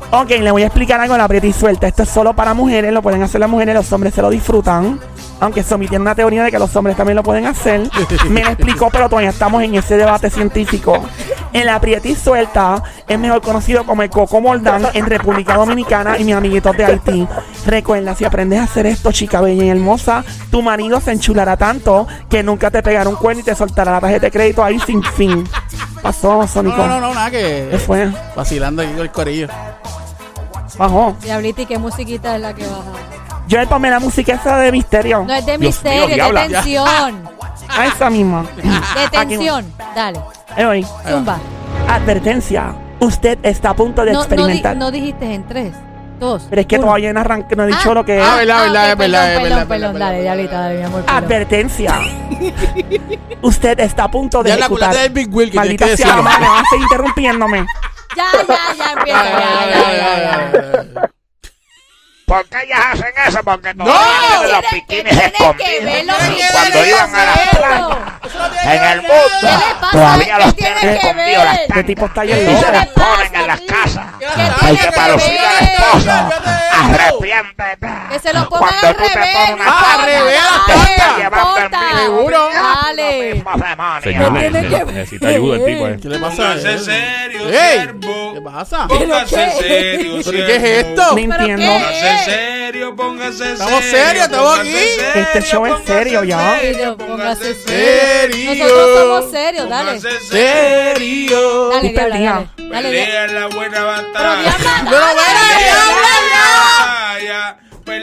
[SPEAKER 4] Ok, le voy a explicar algo en la aprieta y suelta. Esto es solo para mujeres, lo pueden hacer las mujeres, los hombres se lo disfrutan. Aunque Somi tiene una teoría de que los hombres también lo pueden hacer. Me lo explicó, pero todavía estamos en ese debate científico. El aprieta y suelta es mejor conocido como el coco moldán en República Dominicana y mis amiguitos de Haití. Recuerda, si aprendes a hacer esto, chica bella y hermosa, tu marido se enchulará tanto que nunca te pegará un cuerno y te soltará la tarjeta de crédito ahí sin fin. Pasó,
[SPEAKER 2] No,
[SPEAKER 4] Sónico.
[SPEAKER 2] no, no, no, nada
[SPEAKER 4] ¿Qué
[SPEAKER 2] que.
[SPEAKER 4] fue?
[SPEAKER 2] Vacilando aquí con el corillo.
[SPEAKER 4] Bajó.
[SPEAKER 3] Diablita, ¿y qué musiquita es la que baja?
[SPEAKER 4] Yo el ponme la música esa de misterio.
[SPEAKER 3] No es de
[SPEAKER 1] Dios mío,
[SPEAKER 3] misterio, es
[SPEAKER 1] diabla.
[SPEAKER 3] de tensión.
[SPEAKER 4] A esa misma.
[SPEAKER 3] De tensión. Dale,
[SPEAKER 4] Ahí voy.
[SPEAKER 3] zumba.
[SPEAKER 4] Advertencia. Usted está a punto de
[SPEAKER 3] No, no, di-
[SPEAKER 4] experimentar.
[SPEAKER 3] no dijiste en tres, dos,
[SPEAKER 4] Pero es que
[SPEAKER 3] uno.
[SPEAKER 4] todavía no, arranque, no he dicho lo que es. Ah,
[SPEAKER 2] Ah, verdad,
[SPEAKER 3] ok,
[SPEAKER 2] verdad, es
[SPEAKER 3] perdón,
[SPEAKER 2] verdad, es
[SPEAKER 3] perdón,
[SPEAKER 2] verdad,
[SPEAKER 3] perdón,
[SPEAKER 2] verdad,
[SPEAKER 3] dale,
[SPEAKER 2] verdad,
[SPEAKER 3] diablita, dale, mi amor. perdón.
[SPEAKER 4] Advertencia. Usted está a punto de
[SPEAKER 2] Ya la
[SPEAKER 4] ejecutar.
[SPEAKER 2] culata del Big Will que tiene
[SPEAKER 4] Maldita
[SPEAKER 2] que
[SPEAKER 4] sea la
[SPEAKER 2] decirlo.
[SPEAKER 4] madre, vas a seguir interrumpiéndome.
[SPEAKER 3] Ya, ya, ya, empieza.
[SPEAKER 2] Ay, ay,
[SPEAKER 3] ya,
[SPEAKER 2] ay,
[SPEAKER 3] ya, ya, ya.
[SPEAKER 2] ay, ay, ay.
[SPEAKER 7] ¿Por qué ellas hacen eso? Porque no
[SPEAKER 3] Tiene-
[SPEAKER 7] de los
[SPEAKER 3] que
[SPEAKER 7] piquines
[SPEAKER 3] tiene que
[SPEAKER 7] escondidos.
[SPEAKER 3] ver los
[SPEAKER 7] Y cuando
[SPEAKER 3] piquines
[SPEAKER 7] iban a la
[SPEAKER 3] hacer eso.
[SPEAKER 7] playa, en el
[SPEAKER 3] ¿Qué le
[SPEAKER 7] mundo,
[SPEAKER 3] pasa?
[SPEAKER 7] todavía
[SPEAKER 3] ¿Qué
[SPEAKER 7] los
[SPEAKER 3] tiene
[SPEAKER 7] tienen
[SPEAKER 3] que
[SPEAKER 7] escondidos
[SPEAKER 3] ver?
[SPEAKER 7] las
[SPEAKER 4] Este tipo está
[SPEAKER 7] tangas.
[SPEAKER 4] bien
[SPEAKER 7] Y se
[SPEAKER 4] loco.
[SPEAKER 7] las
[SPEAKER 3] ¿Qué le
[SPEAKER 7] ponen
[SPEAKER 3] pasa,
[SPEAKER 7] en las
[SPEAKER 3] Luis?
[SPEAKER 7] casas.
[SPEAKER 3] tiene
[SPEAKER 7] Porque
[SPEAKER 3] que
[SPEAKER 7] para los
[SPEAKER 3] ver?
[SPEAKER 7] hijos del esposo,
[SPEAKER 2] Yo
[SPEAKER 7] arrepiéntete.
[SPEAKER 3] Que se lo pongan
[SPEAKER 7] Ah, Cuando
[SPEAKER 3] al
[SPEAKER 7] tú te
[SPEAKER 3] revés.
[SPEAKER 7] pones una
[SPEAKER 3] no
[SPEAKER 7] tanga,
[SPEAKER 2] al revés, a la
[SPEAKER 7] te estás
[SPEAKER 2] tanga.
[SPEAKER 7] llevando en
[SPEAKER 3] Importa.
[SPEAKER 7] vivo.
[SPEAKER 2] Seguro.
[SPEAKER 3] Dale.
[SPEAKER 7] Los mismos demonios.
[SPEAKER 1] Señor, ne-
[SPEAKER 3] tiene
[SPEAKER 1] ne-
[SPEAKER 3] que ver.
[SPEAKER 1] necesita ayuda el tipo. eh.
[SPEAKER 2] ¿Qué le pasa? a él?
[SPEAKER 8] serio,
[SPEAKER 2] Ey, ¿Qué pasa? ¿Pero
[SPEAKER 8] Póngase serio,
[SPEAKER 2] qué es esto?
[SPEAKER 4] No
[SPEAKER 3] ¿Pero
[SPEAKER 4] entiendo.
[SPEAKER 3] qué es?
[SPEAKER 8] serio, póngase
[SPEAKER 2] Estamos serios, estamos aquí.
[SPEAKER 4] Este show es serio, ya.
[SPEAKER 3] Serio, póngase
[SPEAKER 2] Serio.
[SPEAKER 3] Nosotros somos serios, dale.
[SPEAKER 2] Serio.
[SPEAKER 3] Dale,
[SPEAKER 4] Usted
[SPEAKER 3] diabla,
[SPEAKER 4] diga.
[SPEAKER 3] dale. Dale, diabla.
[SPEAKER 8] la buena
[SPEAKER 3] Pero diabla,
[SPEAKER 2] Pero
[SPEAKER 3] dale.
[SPEAKER 2] mira,
[SPEAKER 4] Estoy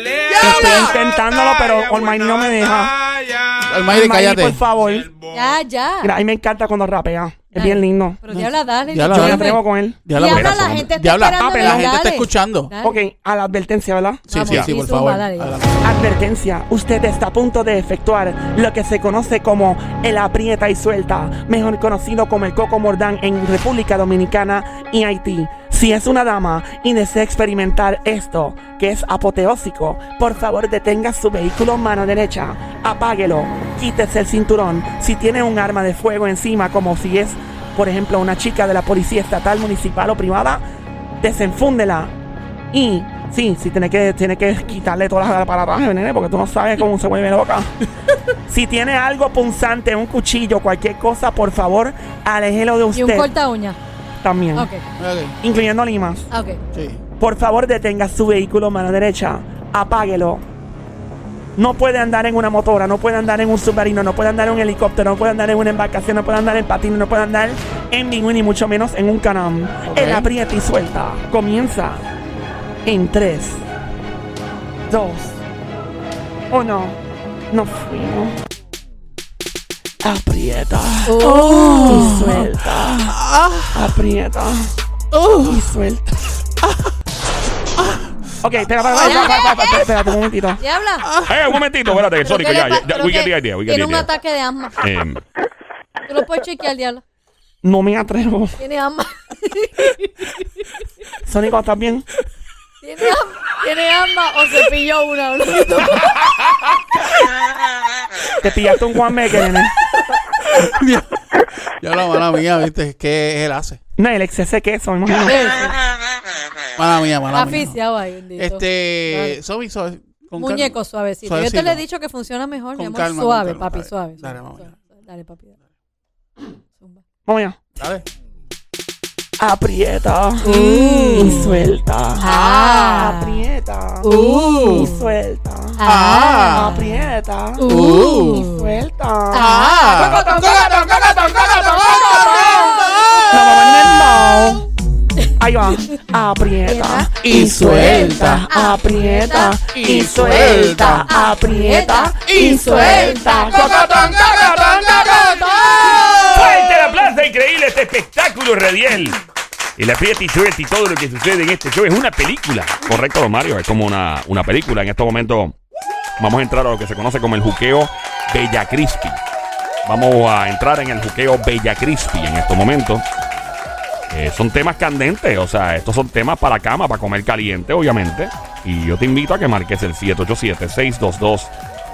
[SPEAKER 4] intentándolo, pero Almighty no me deja.
[SPEAKER 2] Almighty,
[SPEAKER 4] Almighty,
[SPEAKER 2] cállate.
[SPEAKER 4] por favor.
[SPEAKER 3] Ya, ya.
[SPEAKER 4] Mira, a mí me encanta cuando rapea. Es bien
[SPEAKER 3] Dale.
[SPEAKER 4] lindo.
[SPEAKER 3] Pero diabla, dale.
[SPEAKER 2] Diabla,
[SPEAKER 4] Yo me
[SPEAKER 2] dale.
[SPEAKER 4] atrevo con él.
[SPEAKER 2] Diabla,
[SPEAKER 3] Diabla,
[SPEAKER 2] mira,
[SPEAKER 3] la
[SPEAKER 2] son-
[SPEAKER 3] gente está
[SPEAKER 2] Diabla.
[SPEAKER 3] esperando,
[SPEAKER 2] Ah, pero la
[SPEAKER 3] dale.
[SPEAKER 2] gente está escuchando.
[SPEAKER 3] Dale.
[SPEAKER 4] Ok, a la advertencia, ¿verdad?
[SPEAKER 2] Sí,
[SPEAKER 3] Vamos,
[SPEAKER 2] sí, sí, por
[SPEAKER 3] zumba,
[SPEAKER 2] favor.
[SPEAKER 3] dale.
[SPEAKER 2] Adelante.
[SPEAKER 4] Advertencia, usted está a punto de efectuar lo que se conoce como el aprieta y suelta, mejor conocido como el coco mordán en República Dominicana y Haití. Si es una dama y desea experimentar esto, que es apoteósico, por favor detenga su vehículo mano derecha, apáguelo, quítese el cinturón. Si tiene un arma de fuego encima, como si es, por ejemplo, una chica de la policía estatal, municipal o privada, desenfúndela y sí, sí, tiene que, tiene que quitarle todas las aparatajes, nene, porque tú no sabes cómo se vuelve loca. si tiene algo punzante, un cuchillo, cualquier cosa, por favor, aléjelo de
[SPEAKER 3] Y un
[SPEAKER 4] usted
[SPEAKER 3] corta uña.
[SPEAKER 4] también,
[SPEAKER 3] Ok,
[SPEAKER 2] Ok,
[SPEAKER 4] incluyendo limas.
[SPEAKER 3] ok.
[SPEAKER 2] sí.
[SPEAKER 4] Por favor, detenga su vehículo mano derecha. Apáguelo. No puede andar en una motora, no puede andar en un submarino, no puede andar en un helicóptero, no puede andar en una embarcación, no puede andar en patín, no puede andar en ningún, ni mucho menos en un canam. El aprieta y suelta comienza en 3, 2, 1. Nos fuimos. Aprieta y suelta. Aprieta y Oh, suelta. Ok, espera, espera, espera, espera, espera, espera, espera, espera, un momentito.
[SPEAKER 7] Ah,
[SPEAKER 3] Diabla.
[SPEAKER 1] Eh, un momentito, espérate, sorry,
[SPEAKER 3] ¿Pero
[SPEAKER 1] que
[SPEAKER 3] qué
[SPEAKER 1] ya,
[SPEAKER 3] le pa-
[SPEAKER 1] ya,
[SPEAKER 3] pero
[SPEAKER 1] we get
[SPEAKER 3] qué?
[SPEAKER 1] the idea, we get the
[SPEAKER 3] Tiene un
[SPEAKER 1] idea.
[SPEAKER 3] ataque de asma.
[SPEAKER 1] Em,
[SPEAKER 3] Tú lo puedes chequear, diabla.
[SPEAKER 4] No me atrevo.
[SPEAKER 3] Tiene asma.
[SPEAKER 4] Sónico, ¿estás bien?
[SPEAKER 3] Tiene asma. Tiene asma o se pilló una. ¿no?
[SPEAKER 4] Te pillaste un Juan Becker, nene.
[SPEAKER 2] Ya la mala mía, ¿viste? Es que él hace.
[SPEAKER 4] No, el exceso de queso, me imagino.
[SPEAKER 2] Mala mía, mala mía.
[SPEAKER 3] Aficiado ahí, bendito.
[SPEAKER 2] Este, Sobi, Sobi, con cal-
[SPEAKER 3] Muñeco suavecito. Yo
[SPEAKER 2] Suavecito.
[SPEAKER 3] te le he dicho que funciona mejor, mi
[SPEAKER 2] Con
[SPEAKER 3] amor.
[SPEAKER 2] calma, con
[SPEAKER 3] suave,
[SPEAKER 2] calma.
[SPEAKER 3] papi,
[SPEAKER 2] Dale,
[SPEAKER 3] suave.
[SPEAKER 2] dale,
[SPEAKER 3] suave,
[SPEAKER 2] vamos
[SPEAKER 3] suave. Dale, papi. dale. Zumba.
[SPEAKER 4] Vamos allá.
[SPEAKER 2] Dale.
[SPEAKER 4] Aprieta y suelta.
[SPEAKER 3] Ah.
[SPEAKER 4] Aprieta y suelta.
[SPEAKER 2] Ah.
[SPEAKER 4] Aprieta y
[SPEAKER 2] Uh.
[SPEAKER 4] suelta.
[SPEAKER 2] Ah.
[SPEAKER 4] No, mamá, no, no. Ahí va. Ah. Aprieta
[SPEAKER 2] Y suelta.
[SPEAKER 4] Aprieta y suelta. Aprieta y suelta.
[SPEAKER 1] ¡Fuerte la plaza! Increíble este espectáculo, Radiel. El apriete y suelta y todo lo que sucede en este show es una película. Correcto, don Mario, es como una, una película. En estos momentos vamos a entrar a lo que se conoce como el juqueo Bella Crispy. Vamos a entrar en el juqueo Bella Crispy en estos momentos. Eh, son temas candentes, o sea, estos son temas para cama, para comer caliente, obviamente. Y yo te invito a que marques el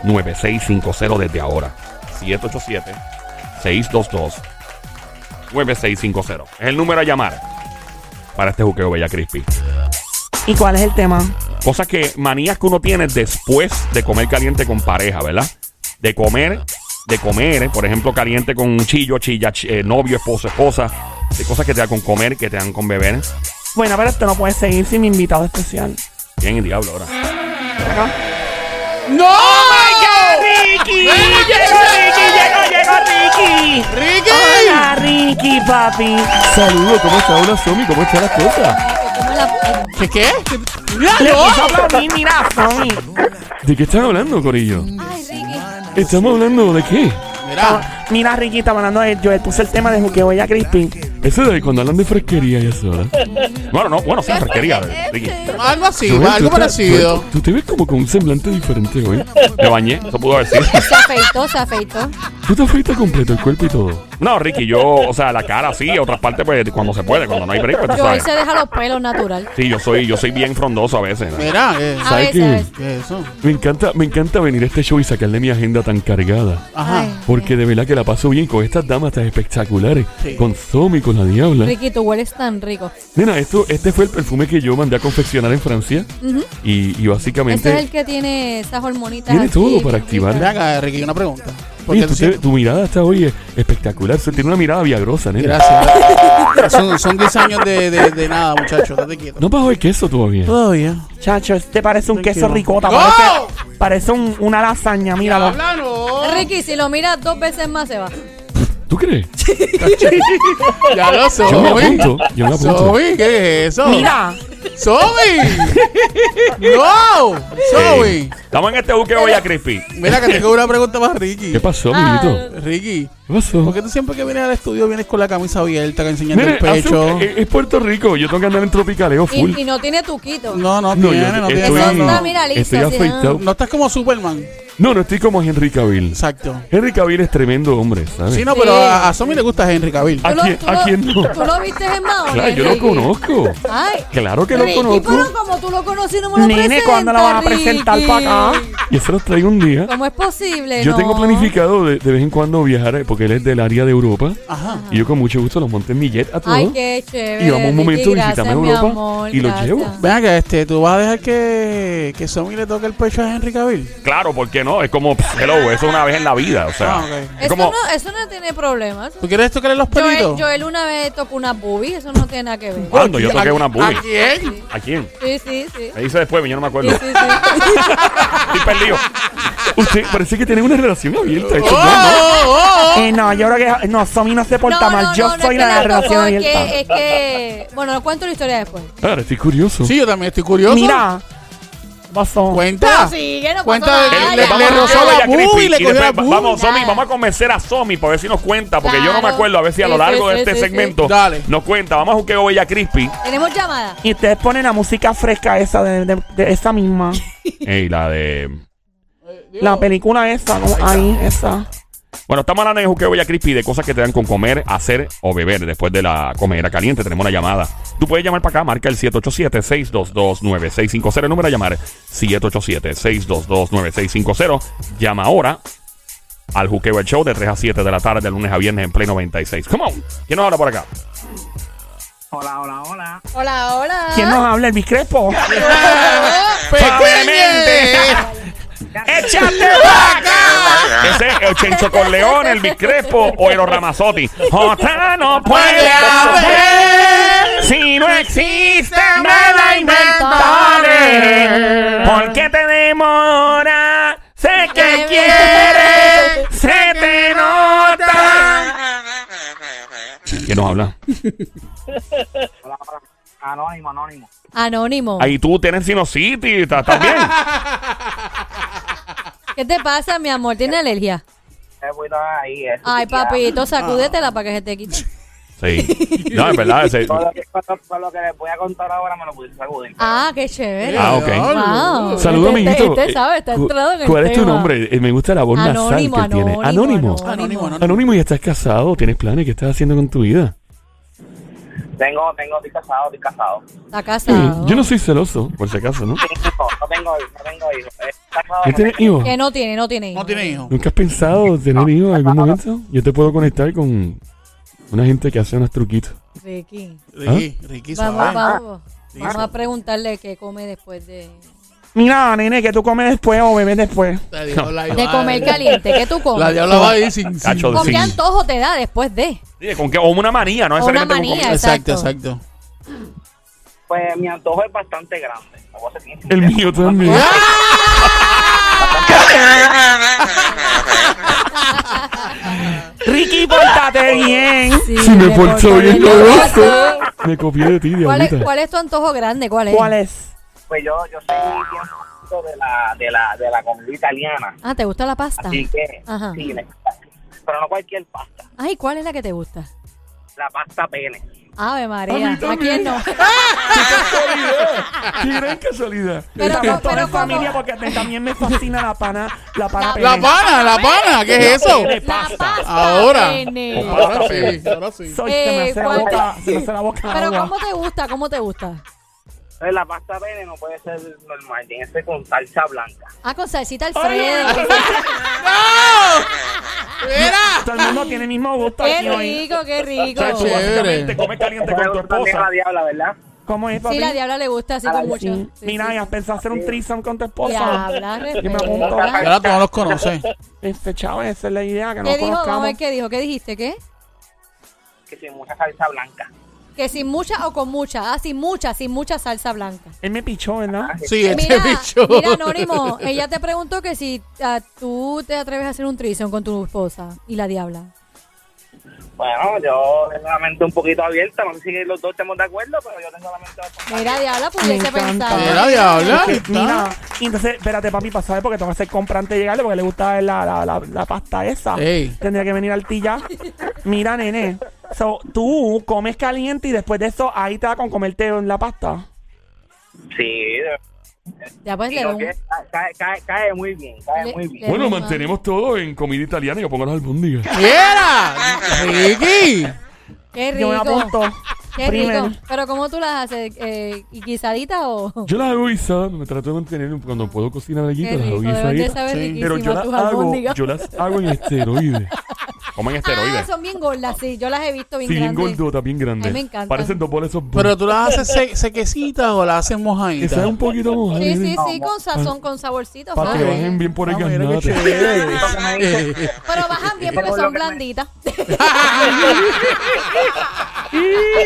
[SPEAKER 1] 787-622-9650 desde ahora. 787-622-9650. Es el número a llamar para este juqueo Bella Crispy.
[SPEAKER 4] ¿Y cuál es el tema?
[SPEAKER 1] Cosas que, manías que uno tiene después de comer caliente con pareja, ¿verdad? De comer, de comer, eh, por ejemplo, caliente con un chillo, chilla, chi- eh, novio, esposo, esposa. De cosas que te dan con comer, que te dan con beber.
[SPEAKER 4] Bueno, pero esto no puede seguir sin mi invitado especial.
[SPEAKER 1] Bien, el diablo ahora.
[SPEAKER 2] ¡No!
[SPEAKER 4] ¡Ricky! ¡Llegó Ricky! ¡Llegó, llegó Ricky!
[SPEAKER 2] ¡Ricky!
[SPEAKER 4] ¡Hola, Ricky, papi!
[SPEAKER 5] Saludos, ¿cómo está? Hola, Somi, ¿cómo están las cosas?
[SPEAKER 3] Que come la-
[SPEAKER 2] ¿Qué qué?
[SPEAKER 4] ¡Le quiso aplaudir, mira, Sony!
[SPEAKER 5] ¿De qué están hablando, Corillo?
[SPEAKER 3] Ay, Ricky.
[SPEAKER 5] ¿Estamos hablando de qué?
[SPEAKER 2] Mira,
[SPEAKER 4] Ah, Mira, Ricky, estaba hablando de Joel. Puse el tema de Juqueo Bella Crispy.
[SPEAKER 5] Eso de cuando hablan de fresquería y eso, ¿verdad?
[SPEAKER 1] Bueno, no, bueno, sí, fresquería, Ricky.
[SPEAKER 3] este,
[SPEAKER 2] algo así,
[SPEAKER 5] Joel, tú
[SPEAKER 2] algo
[SPEAKER 5] estás-
[SPEAKER 2] parecido.
[SPEAKER 5] Tú, tú te ves como con un semblante diferente hoy.
[SPEAKER 1] Me bañé, eso pudo haber sido.
[SPEAKER 3] Se afeitó, se afeitó.
[SPEAKER 5] Tú te afeitas completo el cuerpo y todo.
[SPEAKER 1] No, Ricky, yo, o sea, la cara sí, otras partes, pues, cuando se puede, cuando no hay break, pues, tú
[SPEAKER 3] Yo ahí
[SPEAKER 1] sabes.
[SPEAKER 3] se deja los pelos natural.
[SPEAKER 1] Sí, yo soy, yo soy bien frondoso a veces. ¿no?
[SPEAKER 2] Mira, ¿qué,
[SPEAKER 3] A veces,
[SPEAKER 5] qué?
[SPEAKER 3] a veces.
[SPEAKER 2] qué es eso?
[SPEAKER 5] Me encanta, me encanta venir a este show y sacarle mi agenda tan cargada.
[SPEAKER 2] Ajá.
[SPEAKER 3] Ay,
[SPEAKER 5] Porque de verdad que la paso bien con estas damas tan espectaculares.
[SPEAKER 2] Sí.
[SPEAKER 5] Con Somi, con la diabla.
[SPEAKER 3] Ricky, tú hueles tan rico.
[SPEAKER 5] Nena, esto, este fue el perfume que yo mandé a confeccionar en Francia.
[SPEAKER 3] Ujú.
[SPEAKER 5] y, y básicamente.
[SPEAKER 3] Este es el que tiene esas hormonitas.
[SPEAKER 5] Tiene
[SPEAKER 3] así,
[SPEAKER 5] todo para activar.
[SPEAKER 2] Mira
[SPEAKER 3] bonitas.
[SPEAKER 2] acá, eh, Ricky, una pregunta. ¿Por
[SPEAKER 5] Oye,
[SPEAKER 2] qué
[SPEAKER 5] tú
[SPEAKER 2] tú
[SPEAKER 5] te-
[SPEAKER 2] sientes-
[SPEAKER 5] tu mirada está hoy es- espectacular. Se tiene una mirada viagrosa, nena.
[SPEAKER 2] Gracias. Son, son 10 años de, de, de nada, muchachos. Date quieto.
[SPEAKER 5] No bajo el queso todavía.
[SPEAKER 2] Todavía.
[SPEAKER 4] Chacho, este parece un queso
[SPEAKER 2] Tranquilo.
[SPEAKER 4] ricota.
[SPEAKER 2] ¡No!
[SPEAKER 4] Parece, parece un- una lasaña, míralo.
[SPEAKER 2] Habla, no.
[SPEAKER 3] Ricky, si lo miras dos veces más se va.
[SPEAKER 5] ¿Tú crees?
[SPEAKER 2] Ya lo soy.
[SPEAKER 5] Yo me apunto. Yo me apunto.
[SPEAKER 2] Sobi, ¿qué es eso?
[SPEAKER 4] Mira,
[SPEAKER 2] ¡Sobi! ¡No!
[SPEAKER 1] Sí.
[SPEAKER 2] ¡Sobi!
[SPEAKER 1] Estamos en este buqueo ya crispy.
[SPEAKER 2] Mira que tengo una pregunta para Ricky.
[SPEAKER 5] ¿Qué pasó, amiguito?
[SPEAKER 2] Ricky,
[SPEAKER 5] ¿Qué pasó?
[SPEAKER 2] ¿por qué tú siempre que vienes al estudio vienes con la camisa abierta, que enseñando
[SPEAKER 5] Nene,
[SPEAKER 2] el pecho?
[SPEAKER 5] hace- es, es Puerto Rico. Yo tengo que andar en tropicaleo full.
[SPEAKER 3] Y, y no tiene tuquito.
[SPEAKER 2] No, no,
[SPEAKER 5] No, yo
[SPEAKER 2] tiene, no tiene.
[SPEAKER 5] estoy,
[SPEAKER 2] no,
[SPEAKER 3] Eso
[SPEAKER 2] no.
[SPEAKER 3] está, mira, Ah. liso,
[SPEAKER 5] estoy
[SPEAKER 3] así,
[SPEAKER 5] afeitado.
[SPEAKER 2] No estás como Superman.
[SPEAKER 5] No, no estoy como Henry Cavill.
[SPEAKER 2] Exacto.
[SPEAKER 5] Henry Cavill es tremendo hombre, ¿sabes?
[SPEAKER 2] Sí, no,
[SPEAKER 3] Sí.
[SPEAKER 2] pero a, a Somi le gusta Henry Cavill.
[SPEAKER 5] ¿A
[SPEAKER 3] Tú lo-
[SPEAKER 5] quién,
[SPEAKER 3] tú
[SPEAKER 5] a
[SPEAKER 3] lo-
[SPEAKER 5] quién no?
[SPEAKER 3] ¿Tú lo viste en Mahone,
[SPEAKER 5] Claro, yo lo
[SPEAKER 3] Ricky?
[SPEAKER 5] conozco.
[SPEAKER 3] Ay.
[SPEAKER 5] Claro que lo
[SPEAKER 3] Ricky,
[SPEAKER 5] conozco.
[SPEAKER 3] pero como tú lo conoces, no me lo
[SPEAKER 4] Nene,
[SPEAKER 3] presentas,
[SPEAKER 4] ¿cuándo la vas a
[SPEAKER 3] Ricky?
[SPEAKER 4] presentar para acá?
[SPEAKER 9] Yo se los traigo un día.
[SPEAKER 3] ¿Cómo es posible?
[SPEAKER 9] Yo
[SPEAKER 3] No.
[SPEAKER 9] tengo planificado de, de vez en cuando viajar, eh, porque él es del área de Europa.
[SPEAKER 2] Ajá.
[SPEAKER 9] Y yo con mucho gusto los monté en mi jet a todos.
[SPEAKER 3] Ah. Ay, qué chévere.
[SPEAKER 9] Y vamos un
[SPEAKER 3] Ricky,
[SPEAKER 9] momento,
[SPEAKER 3] gracias,
[SPEAKER 9] visitamos
[SPEAKER 3] mi
[SPEAKER 9] Europa
[SPEAKER 3] amor,
[SPEAKER 9] y lo
[SPEAKER 3] gracias.
[SPEAKER 9] llevo.
[SPEAKER 2] Ven acá, este, ¿tú vas a dejar que, que Somi le toque el pecho a Henry Cavill?
[SPEAKER 1] Claro, ¿por qué no? Es como, pff, hello, eso una vez en la vida, o
[SPEAKER 2] Ah,
[SPEAKER 1] sea.
[SPEAKER 2] ok.
[SPEAKER 1] es
[SPEAKER 3] Eso,
[SPEAKER 1] como,
[SPEAKER 3] no, eso no tiene problema. Eso-
[SPEAKER 2] ¿Tú quieres tocarle los
[SPEAKER 3] Joel,
[SPEAKER 2] pelitos?
[SPEAKER 3] Joel una vez tocó una boobie, eso no tiene nada que ver.
[SPEAKER 1] ¿cuándo ah, yo toqué una
[SPEAKER 2] ¿A
[SPEAKER 1] boobie?
[SPEAKER 2] quién?
[SPEAKER 1] ¿A quién?
[SPEAKER 3] Sí, sí, sí.
[SPEAKER 1] Me dice después, yo no me
[SPEAKER 3] Sí,
[SPEAKER 1] acuerdo.
[SPEAKER 3] sí, sí.
[SPEAKER 1] Estoy perdido.
[SPEAKER 9] Usted parece que tiene una relación abierta. Esto,
[SPEAKER 2] ¡Oh, oh, oh!
[SPEAKER 4] Eh, no, yo creo que. No, Somi no se porta mal. yo
[SPEAKER 3] no, no
[SPEAKER 4] soy
[SPEAKER 3] es que
[SPEAKER 4] la
[SPEAKER 3] le
[SPEAKER 4] de la
[SPEAKER 3] tocó, es
[SPEAKER 4] relación abierta.
[SPEAKER 3] que, es que. Bueno, cuento la historia después.
[SPEAKER 9] ¿no? Ahora estoy curioso.
[SPEAKER 2] Sí, yo también estoy curioso.
[SPEAKER 4] Mira. Pasó.
[SPEAKER 2] Cuenta.
[SPEAKER 3] Pero sigue, no
[SPEAKER 2] Cuenta
[SPEAKER 3] pasó
[SPEAKER 2] de-
[SPEAKER 3] nada,
[SPEAKER 1] Eh,
[SPEAKER 2] le-
[SPEAKER 3] ya.
[SPEAKER 2] le rozó la
[SPEAKER 1] a Bella
[SPEAKER 2] boobie,
[SPEAKER 1] Creepy,
[SPEAKER 2] le
[SPEAKER 1] y
[SPEAKER 2] cogió la
[SPEAKER 1] después va-
[SPEAKER 2] boobie.
[SPEAKER 1] vamos, Somi,
[SPEAKER 3] Nada.
[SPEAKER 1] vamos a convencer a Somi para ver si nos cuenta, porque yo no me
[SPEAKER 3] Claro.
[SPEAKER 1] acuerdo, a ver si a lo
[SPEAKER 3] Sí,
[SPEAKER 1] largo de
[SPEAKER 3] sí, sí,
[SPEAKER 1] este
[SPEAKER 3] sí, sí.
[SPEAKER 1] segmento
[SPEAKER 2] Dale.
[SPEAKER 1] nos cuenta. Vamos a juqueo Bella Crispy.
[SPEAKER 3] Tenemos llamada.
[SPEAKER 4] Y ustedes ponen la música fresca esa de, de- de esa misma.
[SPEAKER 1] Ey, la de.
[SPEAKER 4] la película esa, ¿no? Ahí, esa.
[SPEAKER 1] Bueno, estamos hablando en Juqueo Bella Crispy de cosas que te dan con comer, hacer o beber después de la comedera caliente. Tenemos una llamada. Tú puedes llamar para acá, marca el 787-622-9650. El número a llamar 787-622-9650. Llama ahora al Juqueo El Show de 3 a 7 de la tarde, de lunes a viernes en Play 96. Come on. ¿Quién nos habla por acá?
[SPEAKER 4] Hola, hola, hola.
[SPEAKER 3] Hola, hola.
[SPEAKER 4] ¿Quién nos habla? El discrepo.
[SPEAKER 1] Ah,
[SPEAKER 2] ¡Pequeñe!
[SPEAKER 1] ¡Échate vaca! Ese es el Chencho con León, el Bicrepo o el Ramazotti. Jota no puede haber si no existe, me la inventaré. ¿Por qué te demora? Sé que quieres, se te nota. ¿Quién nos habla?
[SPEAKER 4] Anónimo, anónimo.
[SPEAKER 3] Anónimo.
[SPEAKER 1] Ahí tú tienes sinusitis, ¿estás estás bien?
[SPEAKER 3] ¿Qué te pasa, mi amor? ¿Tienes alergia?
[SPEAKER 4] ahí,
[SPEAKER 10] eh.
[SPEAKER 4] eso.
[SPEAKER 3] Ay, papito, sacúdetela para que se te quite.
[SPEAKER 1] Sí. No, es verdad. ese-
[SPEAKER 4] lo que les voy a contar ahora me lo pude sacudir.
[SPEAKER 3] Ah, qué chévere.
[SPEAKER 1] Ah, ok.
[SPEAKER 3] Wow.
[SPEAKER 9] Saludos,
[SPEAKER 3] Este-
[SPEAKER 9] amiguito.
[SPEAKER 3] este- este sabe, está
[SPEAKER 9] Eh, cu-
[SPEAKER 3] entrado en el
[SPEAKER 9] ¿Cuál es tu
[SPEAKER 3] tema.
[SPEAKER 9] nombre? Eh, me gusta la voz nasal
[SPEAKER 3] Anónimo,
[SPEAKER 9] que tiene.
[SPEAKER 3] anónimo,
[SPEAKER 9] Anónimo.
[SPEAKER 2] Anónimo, anónimo.
[SPEAKER 9] Anónimo, ¿y estás casado? ¿Tienes planes? ¿Qué estás haciendo con tu vida?
[SPEAKER 4] Tengo, tengo, estoy casado, estoy casado.
[SPEAKER 3] Está
[SPEAKER 9] Eh,
[SPEAKER 3] casado.
[SPEAKER 9] Yo no soy celoso, por si acaso, ¿no?
[SPEAKER 4] No tengo hijos, no tengo hijos.
[SPEAKER 9] ¿No tienes hijos?
[SPEAKER 3] Que no tiene, no tiene.
[SPEAKER 2] No tiene hijo.
[SPEAKER 9] ¿Nunca has pensado tener hijos en algún momento? Yo te puedo conectar con una gente que hace unos truquitos.
[SPEAKER 3] Ricky.
[SPEAKER 1] ¿Ah?
[SPEAKER 2] Ricky, Ricky,
[SPEAKER 3] Vamos,
[SPEAKER 2] ¿sabes?
[SPEAKER 3] vamos. Vamos a preguntarle qué come después de,
[SPEAKER 4] Mira, nene, que tú comes después o bebes después.
[SPEAKER 2] La diabla iba
[SPEAKER 3] de
[SPEAKER 2] a-
[SPEAKER 3] comer caliente. ¿Qué tú
[SPEAKER 2] La
[SPEAKER 3] comes?
[SPEAKER 2] diabla va a ir sin... sin-
[SPEAKER 1] Cacho,
[SPEAKER 3] ¿Con
[SPEAKER 1] sí.
[SPEAKER 3] qué antojo te da después de?
[SPEAKER 1] Dile, Eh, ¿Con qué? O una manía, no
[SPEAKER 3] O una
[SPEAKER 1] necesariamente con comida.
[SPEAKER 3] manía,
[SPEAKER 2] Exacto,
[SPEAKER 3] exacto.
[SPEAKER 2] exacto.
[SPEAKER 4] Pues mi antojo es bastante grande.
[SPEAKER 9] El mío también.
[SPEAKER 4] Ricky, pórtate bien.
[SPEAKER 3] Sí,
[SPEAKER 9] Si me
[SPEAKER 3] le
[SPEAKER 9] porto
[SPEAKER 3] porto
[SPEAKER 9] bien,
[SPEAKER 3] bien.
[SPEAKER 9] lo gozo. Me copié de ti,
[SPEAKER 3] ¿Cuál es,
[SPEAKER 9] diablita.
[SPEAKER 3] ¿Cuál es tu antojo grande? ¿Cuál es?
[SPEAKER 4] ¿Cuál es?
[SPEAKER 10] Pues yo, yo soy un fanático de la, de la, de la comida italiana.
[SPEAKER 3] Ah, ¿te gusta la pasta?
[SPEAKER 10] Así que,
[SPEAKER 3] Ajá.
[SPEAKER 10] sí, me- pero no cualquier pasta,
[SPEAKER 3] Ay, ¿cuál es la que te gusta?
[SPEAKER 10] la pasta pene.
[SPEAKER 3] Ave María, ¿a, quién no?
[SPEAKER 9] ¡Qué gran casualidad!
[SPEAKER 3] Pero, pero,
[SPEAKER 4] Estamos todos en
[SPEAKER 3] ¿cómo?
[SPEAKER 4] familia porque me- también me fascina la pana, la pana.
[SPEAKER 2] La
[SPEAKER 4] pene.
[SPEAKER 2] pana, la pana, ¿qué es eso?
[SPEAKER 4] Pene,
[SPEAKER 3] La
[SPEAKER 4] pasta.
[SPEAKER 3] pasta
[SPEAKER 2] Ahora.
[SPEAKER 3] pene.
[SPEAKER 2] Ahora sí, ahora sí.
[SPEAKER 4] Soy, se me
[SPEAKER 3] Eh,
[SPEAKER 4] hace la
[SPEAKER 3] ¿cuál-
[SPEAKER 4] boca, se me hace la boca
[SPEAKER 3] Pero
[SPEAKER 4] agua.
[SPEAKER 3] ¿cómo te gusta? ¿Cómo te gusta?
[SPEAKER 10] Entonces, la pasta pene no puede ser normal, tiene que ser con salsa blanca.
[SPEAKER 3] Ah, con salsita
[SPEAKER 4] Oye,
[SPEAKER 3] Alfredo.
[SPEAKER 2] ¡Mira!
[SPEAKER 4] Todo el mundo tiene el mismo gusto aquí
[SPEAKER 3] Qué
[SPEAKER 4] hoy.
[SPEAKER 3] rico, qué rico.
[SPEAKER 1] Chacho,
[SPEAKER 2] Chévere.
[SPEAKER 1] básicamente, comes caliente con tu
[SPEAKER 10] Pero también
[SPEAKER 1] esposa.
[SPEAKER 10] a la diabla, ¿verdad?
[SPEAKER 4] ¿Cómo es, papi?
[SPEAKER 3] Sí, la diabla le gusta así con mucho.
[SPEAKER 4] Sí.
[SPEAKER 3] Sí,
[SPEAKER 4] Mira,
[SPEAKER 3] sí,
[SPEAKER 4] y has pensado hacer un threesome con tu
[SPEAKER 3] sí.
[SPEAKER 4] esposa.
[SPEAKER 3] Diabla,
[SPEAKER 4] Yo me
[SPEAKER 3] respeto.
[SPEAKER 4] apunto.
[SPEAKER 2] Ahora tú no los conoces.
[SPEAKER 4] Este chavo, esa es la idea,
[SPEAKER 3] ¿Qué
[SPEAKER 4] que nos
[SPEAKER 3] dijo? Vamos a
[SPEAKER 4] conozcamos.
[SPEAKER 3] ver qué dijo. ¿Qué dijiste? ¿Qué?
[SPEAKER 10] Que sin mucha salsa blanca.
[SPEAKER 3] Que sin mucha o con mucha. Ah, sin mucha, sin mucha salsa blanca.
[SPEAKER 4] Él me pichó, ¿verdad?
[SPEAKER 10] Ah,
[SPEAKER 2] Sí, este
[SPEAKER 3] Mira,
[SPEAKER 2] bicho.
[SPEAKER 3] mira, Anónimo, ella te preguntó que si ah, tú te atreves a hacer un trison con tu esposa y la diabla.
[SPEAKER 10] Bueno, yo tengo la mente un poquito abierta, no sé si los dos estemos de acuerdo, pero yo tengo la mente bastante
[SPEAKER 3] Mira, diabla, pudiese
[SPEAKER 4] encanta.
[SPEAKER 3] pensar.
[SPEAKER 2] Mira, diabla.
[SPEAKER 4] Que-
[SPEAKER 2] Ah, ahí está.
[SPEAKER 4] Mira, y entonces, espérate, papi, para saber, porque tengo que hacer compra antes de llegarle, porque le gusta la, la, la, la pasta esa.
[SPEAKER 2] Ey.
[SPEAKER 4] Tendría que venir al tilla. Mira, nene. So, tú comes caliente y después de eso, ahí te da con comerte en la pasta.
[SPEAKER 10] Sí, de-
[SPEAKER 3] Ya pues le
[SPEAKER 10] y lo
[SPEAKER 3] doy un-
[SPEAKER 10] que es- cae, cae, cae muy bien, cae
[SPEAKER 3] le-
[SPEAKER 10] muy bien.
[SPEAKER 3] le
[SPEAKER 9] Bueno,
[SPEAKER 3] doy un-
[SPEAKER 9] mantenemos todo en comida italiana. Yo pongo las albóndigas.
[SPEAKER 2] ¡Mira! ¡Ricky!
[SPEAKER 3] Qué rico.
[SPEAKER 4] Yo me apunto.
[SPEAKER 3] Qué rico.
[SPEAKER 4] Primer.
[SPEAKER 3] Pero ¿cómo tú las haces? Eh, ¿Y guisadita o...?
[SPEAKER 9] Yo las hago guisadas, me trato de mantener cuando puedo cocinar aquí,
[SPEAKER 3] Qué
[SPEAKER 9] las hago
[SPEAKER 3] rico, de verdad
[SPEAKER 9] guisaditas.
[SPEAKER 3] sabe riquísimo
[SPEAKER 9] Pero yo las
[SPEAKER 3] tus
[SPEAKER 9] hago,
[SPEAKER 3] albóndigas.
[SPEAKER 9] yo las hago en esteroides.
[SPEAKER 1] Comen
[SPEAKER 3] Ah,
[SPEAKER 1] esteroides.
[SPEAKER 3] son bien gordas, sí. Yo las he visto bien
[SPEAKER 9] Sí, bien
[SPEAKER 3] grandes.
[SPEAKER 9] gordotas, bien grandes.
[SPEAKER 3] A mí me encantan.
[SPEAKER 9] Parecen dos bolas esos.
[SPEAKER 2] Pero tú las haces se- sequecitas o las haces
[SPEAKER 9] que sean
[SPEAKER 2] mojaditas.
[SPEAKER 9] un poquito mojadas.
[SPEAKER 3] Sí, sí,
[SPEAKER 9] miren,
[SPEAKER 3] sí, con sazón, con saborcito.
[SPEAKER 9] Para que
[SPEAKER 3] sabe.
[SPEAKER 9] bajen bien por el
[SPEAKER 2] Ah, mira qué
[SPEAKER 9] gaznate.
[SPEAKER 2] chévere.
[SPEAKER 3] Pero bajan bien porque son blanditas.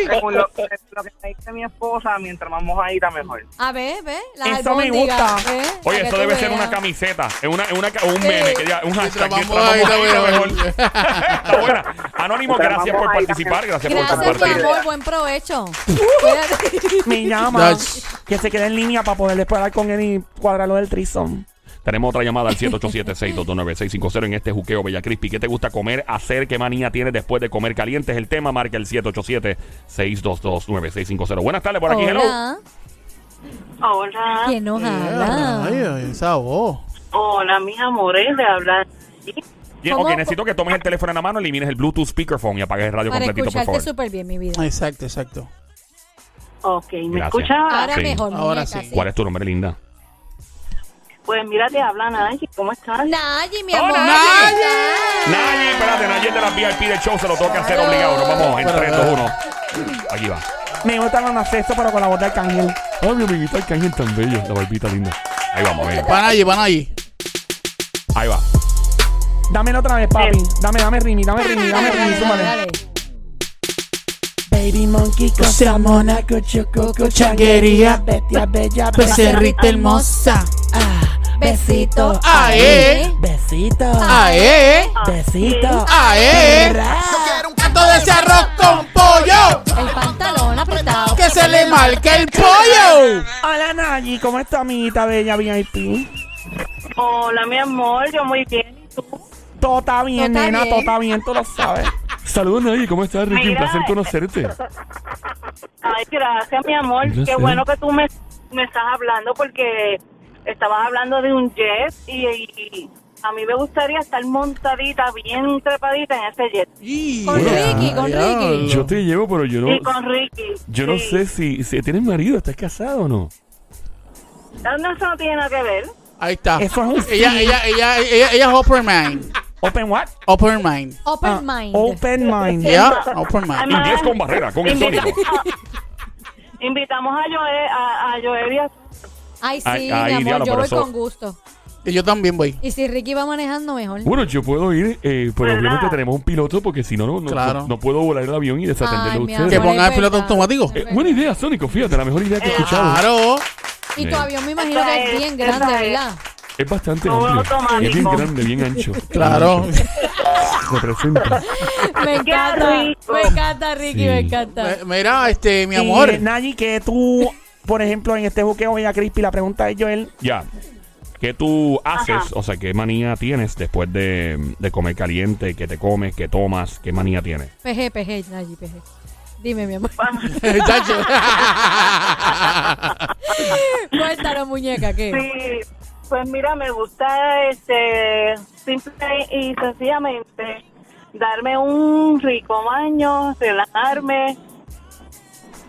[SPEAKER 10] Según lo, lo que me dice mi esposa, mientras más mojadita, mejor.
[SPEAKER 3] A ver, ve, las
[SPEAKER 4] Eso me
[SPEAKER 3] albóndigas,
[SPEAKER 4] gusta.
[SPEAKER 3] ve, para
[SPEAKER 1] Oye,
[SPEAKER 3] que
[SPEAKER 1] eso
[SPEAKER 3] tú
[SPEAKER 1] debe ser
[SPEAKER 3] veas.
[SPEAKER 1] una camiseta. Es una, es una, ca- o un meme. Que ya, un hashtag.
[SPEAKER 2] Mientras más
[SPEAKER 1] Mientras más
[SPEAKER 2] mojadita,
[SPEAKER 1] mojadita,
[SPEAKER 2] mejor.
[SPEAKER 1] mejor. Está buena. Anónimo,
[SPEAKER 10] Mientras
[SPEAKER 1] gracias por
[SPEAKER 10] más mojadita,
[SPEAKER 1] participar. Gracias por
[SPEAKER 3] Gracias, mi
[SPEAKER 1] compartir.
[SPEAKER 3] amor. Buen provecho. Cuídate.
[SPEAKER 4] Me llama.
[SPEAKER 2] That's-
[SPEAKER 4] Que se quede en línea para poder después hablar con él y cuadrarlo del trizón.
[SPEAKER 1] Tenemos otra llamada al 787-629-650 en este juqueo Bella Crispy. ¿Qué te gusta comer, hacer? ¿Qué manía tienes después de comer caliente? Es el tema. Marca el 787-622-9650. Buenas tardes por aquí, hello.
[SPEAKER 3] Hola.
[SPEAKER 11] Hola,
[SPEAKER 3] ¿Quién nos
[SPEAKER 2] Ay,
[SPEAKER 3] habla?
[SPEAKER 2] ay, esa voz.
[SPEAKER 11] hola mis amores, le habla.
[SPEAKER 1] Bien,
[SPEAKER 3] ¿Cómo-
[SPEAKER 1] ok, necesito que tomes el teléfono en la mano, elimines el Bluetooth speakerphone y apagues el radio
[SPEAKER 3] Para
[SPEAKER 1] completito, por
[SPEAKER 3] escucharte
[SPEAKER 1] favor.
[SPEAKER 3] súper bien, mi vida.
[SPEAKER 2] Exacto, exacto.
[SPEAKER 11] Ok, ¿me
[SPEAKER 1] Gracias.
[SPEAKER 11] escucha?
[SPEAKER 3] Ahora
[SPEAKER 1] Sí.
[SPEAKER 3] mejor, muñeca,
[SPEAKER 2] Ahora sí.
[SPEAKER 1] ¿Cuál es tu nombre, linda?
[SPEAKER 11] Pues mira, te habla Nancy, ¿cómo estás?
[SPEAKER 3] Nayi,
[SPEAKER 4] Oh,
[SPEAKER 3] mi amor.
[SPEAKER 1] Nayi.
[SPEAKER 3] Nayi.
[SPEAKER 1] Nadie, espérate, nadie de las VIP del show se lo toca hacer obligado. Nos vamos en 3, 2, 1. Aquí va.
[SPEAKER 4] Me gustan los accesos, pero con la voz de Arcángel.
[SPEAKER 9] Ay, mi amiguita Arcángel tan bello, la barbita linda.
[SPEAKER 1] Ahí vamos, mira.
[SPEAKER 2] Van allí, van allí.
[SPEAKER 1] Ahí va.
[SPEAKER 4] Dámelo otra vez, papi. Dame, dame Rimi, dame Rimi, dame
[SPEAKER 3] Dale,
[SPEAKER 4] Rimi,
[SPEAKER 3] Eh. dale, dale,
[SPEAKER 4] súmale.
[SPEAKER 3] dale.
[SPEAKER 4] Baby monkey, cosa mona, cuchu, cucu, changuería, bestia bella,
[SPEAKER 2] Becerrita hermosa.
[SPEAKER 4] ah, besito,
[SPEAKER 2] Ah, eh.
[SPEAKER 4] besito,
[SPEAKER 2] Ah, eh. eh.
[SPEAKER 4] besito.
[SPEAKER 2] Ah, eh. eh. Un canto de ese arroz con pollo.
[SPEAKER 3] El pantalón apretado.
[SPEAKER 2] Que se le marque el pollo.
[SPEAKER 4] Hola Nayi, ¿cómo está amiguita bella VIP?
[SPEAKER 11] Hola mi amor, yo muy bien. ¿y tú?
[SPEAKER 4] Todo está bien,
[SPEAKER 3] Todo está
[SPEAKER 4] nena,
[SPEAKER 3] bien.
[SPEAKER 4] todo está bien, tú lo sabes.
[SPEAKER 9] Saludos, Nadie. ¿Cómo estás, Ricky? Un
[SPEAKER 11] Mira,
[SPEAKER 9] placer
[SPEAKER 11] eh,
[SPEAKER 9] conocerte.
[SPEAKER 11] Ay, gracias mi amor,
[SPEAKER 9] Un
[SPEAKER 11] qué
[SPEAKER 9] placer.
[SPEAKER 11] bueno que tú me, me estás hablando porque estabas hablando de un jet y, y a mí me gustaría estar montadita, bien trepadita en ese jet.
[SPEAKER 3] Con Ricky, con Ricky.
[SPEAKER 9] Yo te llevo, pero yo no.
[SPEAKER 11] Y con Ricky.
[SPEAKER 9] Yo no
[SPEAKER 11] sí.
[SPEAKER 9] sé si, si tienes marido, estás casado o no.
[SPEAKER 11] Ah, No, eso no tiene nada que ver.
[SPEAKER 2] Ahí está.
[SPEAKER 4] Eso es un
[SPEAKER 2] Ella,
[SPEAKER 4] sí.
[SPEAKER 2] ella, ella, ella, ella es open mind.
[SPEAKER 4] Open what?
[SPEAKER 2] Open mind.
[SPEAKER 3] Open
[SPEAKER 4] Ah,
[SPEAKER 3] mind.
[SPEAKER 4] Open mind.
[SPEAKER 2] Yeah, open mind.
[SPEAKER 11] Además,
[SPEAKER 1] Inglés con barrera, con el
[SPEAKER 11] invita-
[SPEAKER 1] sónico.
[SPEAKER 11] a- Invitamos a Joel, a, a Joel y a
[SPEAKER 3] Ay, sí,
[SPEAKER 1] Ay, ay,
[SPEAKER 3] mi
[SPEAKER 1] diablo,
[SPEAKER 3] amor, yo
[SPEAKER 1] pero
[SPEAKER 3] voy
[SPEAKER 1] eso-
[SPEAKER 3] con gusto.
[SPEAKER 2] Y yo también voy.
[SPEAKER 3] Y si Ricky va manejando, mejor.
[SPEAKER 9] Bueno, yo puedo ir, eh, pero
[SPEAKER 11] ¿Verdad?
[SPEAKER 9] obviamente tenemos un piloto porque si no, no, no-
[SPEAKER 2] Claro.
[SPEAKER 9] no, puedo volar el avión y
[SPEAKER 3] Ay,
[SPEAKER 9] desatenderlo
[SPEAKER 3] mi
[SPEAKER 9] a ustedes.
[SPEAKER 2] Que
[SPEAKER 3] amor,
[SPEAKER 2] pongan
[SPEAKER 3] es
[SPEAKER 2] el piloto
[SPEAKER 3] verdad,
[SPEAKER 2] automático.
[SPEAKER 3] es
[SPEAKER 9] Eh,
[SPEAKER 3] verdad.
[SPEAKER 9] buena idea, Sónico, fíjate, la mejor idea que he
[SPEAKER 11] Eh,
[SPEAKER 9] escuchado.
[SPEAKER 2] Claro.
[SPEAKER 3] Y tu
[SPEAKER 1] Sí.
[SPEAKER 3] avión me imagino que es
[SPEAKER 11] Esa
[SPEAKER 3] bien
[SPEAKER 11] es,
[SPEAKER 3] grande,
[SPEAKER 11] esa es.
[SPEAKER 3] ¿verdad?
[SPEAKER 9] Es bastante
[SPEAKER 11] Todo
[SPEAKER 9] amplio.
[SPEAKER 11] automático.
[SPEAKER 9] Es bien grande, bien ancho.
[SPEAKER 2] Claro.
[SPEAKER 9] Representa.
[SPEAKER 3] Me encanta.
[SPEAKER 11] rico.
[SPEAKER 3] Me encanta, Ricky,
[SPEAKER 9] Sí.
[SPEAKER 3] me encanta.
[SPEAKER 2] Eh, Mira, este, mi amor.
[SPEAKER 4] Y, Eh, Nayi, que tú, por ejemplo, en este buqueo Bella Crispy, la pregunta de Joel,
[SPEAKER 1] Ya. ¿Qué tú haces?
[SPEAKER 11] Ajá.
[SPEAKER 1] O sea, ¿qué manía tienes después de, de comer caliente? ¿Qué te comes? ¿Qué tomas? ¿Qué manía tienes?
[SPEAKER 3] PG, PG, Nayi, PG. Dime, mi amor.
[SPEAKER 2] Chacho. Ah,
[SPEAKER 3] Cuéntanos, muñeca, ¿qué?
[SPEAKER 11] Sí, pues mira, me gusta este simple y sencillamente darme un rico baño, relajarme.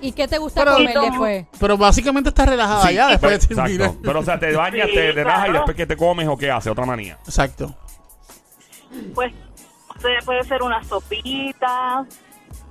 [SPEAKER 3] ¿Y qué te gusta
[SPEAKER 2] Pero-
[SPEAKER 3] comer
[SPEAKER 11] Y tomo-
[SPEAKER 3] después?
[SPEAKER 2] Pero básicamente estás relajada ya después de
[SPEAKER 1] Exacto.
[SPEAKER 2] terminar.
[SPEAKER 1] Pero, o sea, te bañas,
[SPEAKER 11] Sí,
[SPEAKER 1] te relajas y
[SPEAKER 11] claro.
[SPEAKER 1] después que te comes o qué haces, otra manía.
[SPEAKER 2] Exacto.
[SPEAKER 11] Pues o sea, puede ser una sopita.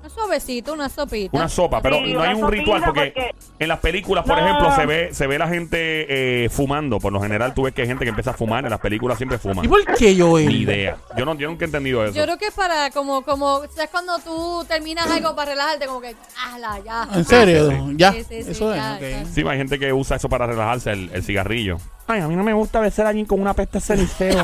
[SPEAKER 3] Un suavecito, una sopita.
[SPEAKER 1] Una sopa, pero
[SPEAKER 11] Sí,
[SPEAKER 1] no hay
[SPEAKER 11] una
[SPEAKER 1] un ritual
[SPEAKER 11] sopita,
[SPEAKER 1] porque,
[SPEAKER 11] porque-
[SPEAKER 1] en las películas, por
[SPEAKER 11] No,
[SPEAKER 1] ejemplo,
[SPEAKER 11] no, no.
[SPEAKER 1] se ve se ve la gente eh, fumando. Por lo general, tú ves que hay gente que empieza a fumar. En las películas siempre fuman.
[SPEAKER 2] ¿Y por qué yo
[SPEAKER 1] Ni
[SPEAKER 2] he
[SPEAKER 1] idea. Yo, no, yo nunca he entendido eso.
[SPEAKER 3] Yo creo que es para como, como, ¿sabes cuando tú terminas algo para relajarte? Como que, hazla, ya.
[SPEAKER 2] ¿En serio?
[SPEAKER 1] Sí, sí,
[SPEAKER 2] Ya.
[SPEAKER 3] Sí, sí, sí,
[SPEAKER 2] Eso es.
[SPEAKER 3] ya, ya.
[SPEAKER 2] ok.
[SPEAKER 1] Sí, hay gente que usa eso para relajarse, el, el cigarrillo.
[SPEAKER 4] ay, a mí no me gusta besar a alguien con una pesta de cenicero.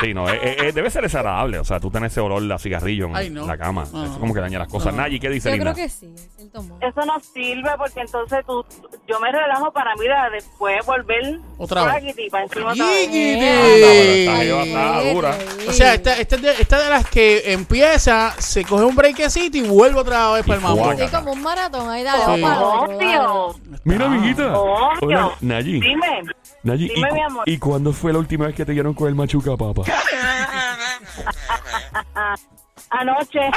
[SPEAKER 1] Sí, no, eh, eh, eh, debe ser desagradable. O sea, tú tenés ese olor a cigarrillo en
[SPEAKER 2] Ay, no.
[SPEAKER 1] la cama.
[SPEAKER 2] No,
[SPEAKER 1] Eso
[SPEAKER 2] no.
[SPEAKER 1] como que daña las cosas. Nayi, ¿qué dice
[SPEAKER 3] Yo
[SPEAKER 1] Linda?
[SPEAKER 3] creo que sí, en cierto modo.
[SPEAKER 11] Eso no sirve porque entonces tú, yo me relajo para mira después volver
[SPEAKER 2] Otra vez.
[SPEAKER 11] raquiti, para encima otra vez.
[SPEAKER 1] Eh, anda,
[SPEAKER 2] Yiquiti.
[SPEAKER 1] pero está
[SPEAKER 3] Sí,
[SPEAKER 1] dura.
[SPEAKER 3] sí.
[SPEAKER 2] O sea, esta, esta, es de, esta es de las que empieza, se coge un brequecito y vuelve otra vez para el mambo.
[SPEAKER 1] fuaca.
[SPEAKER 3] Sí, como un maratón, ahí dale,
[SPEAKER 2] Sí.
[SPEAKER 3] vamos para el otro, dale.
[SPEAKER 11] Obvio,
[SPEAKER 9] Mira, amiguita.
[SPEAKER 11] obvio.
[SPEAKER 9] Hola, Nayi.
[SPEAKER 11] Dime.
[SPEAKER 9] Nayi,
[SPEAKER 11] Dime,
[SPEAKER 9] ¿y,
[SPEAKER 11] mi amor.
[SPEAKER 9] ¿y cuándo fue la última vez que te dieron con el machuca, papá?
[SPEAKER 11] A noches.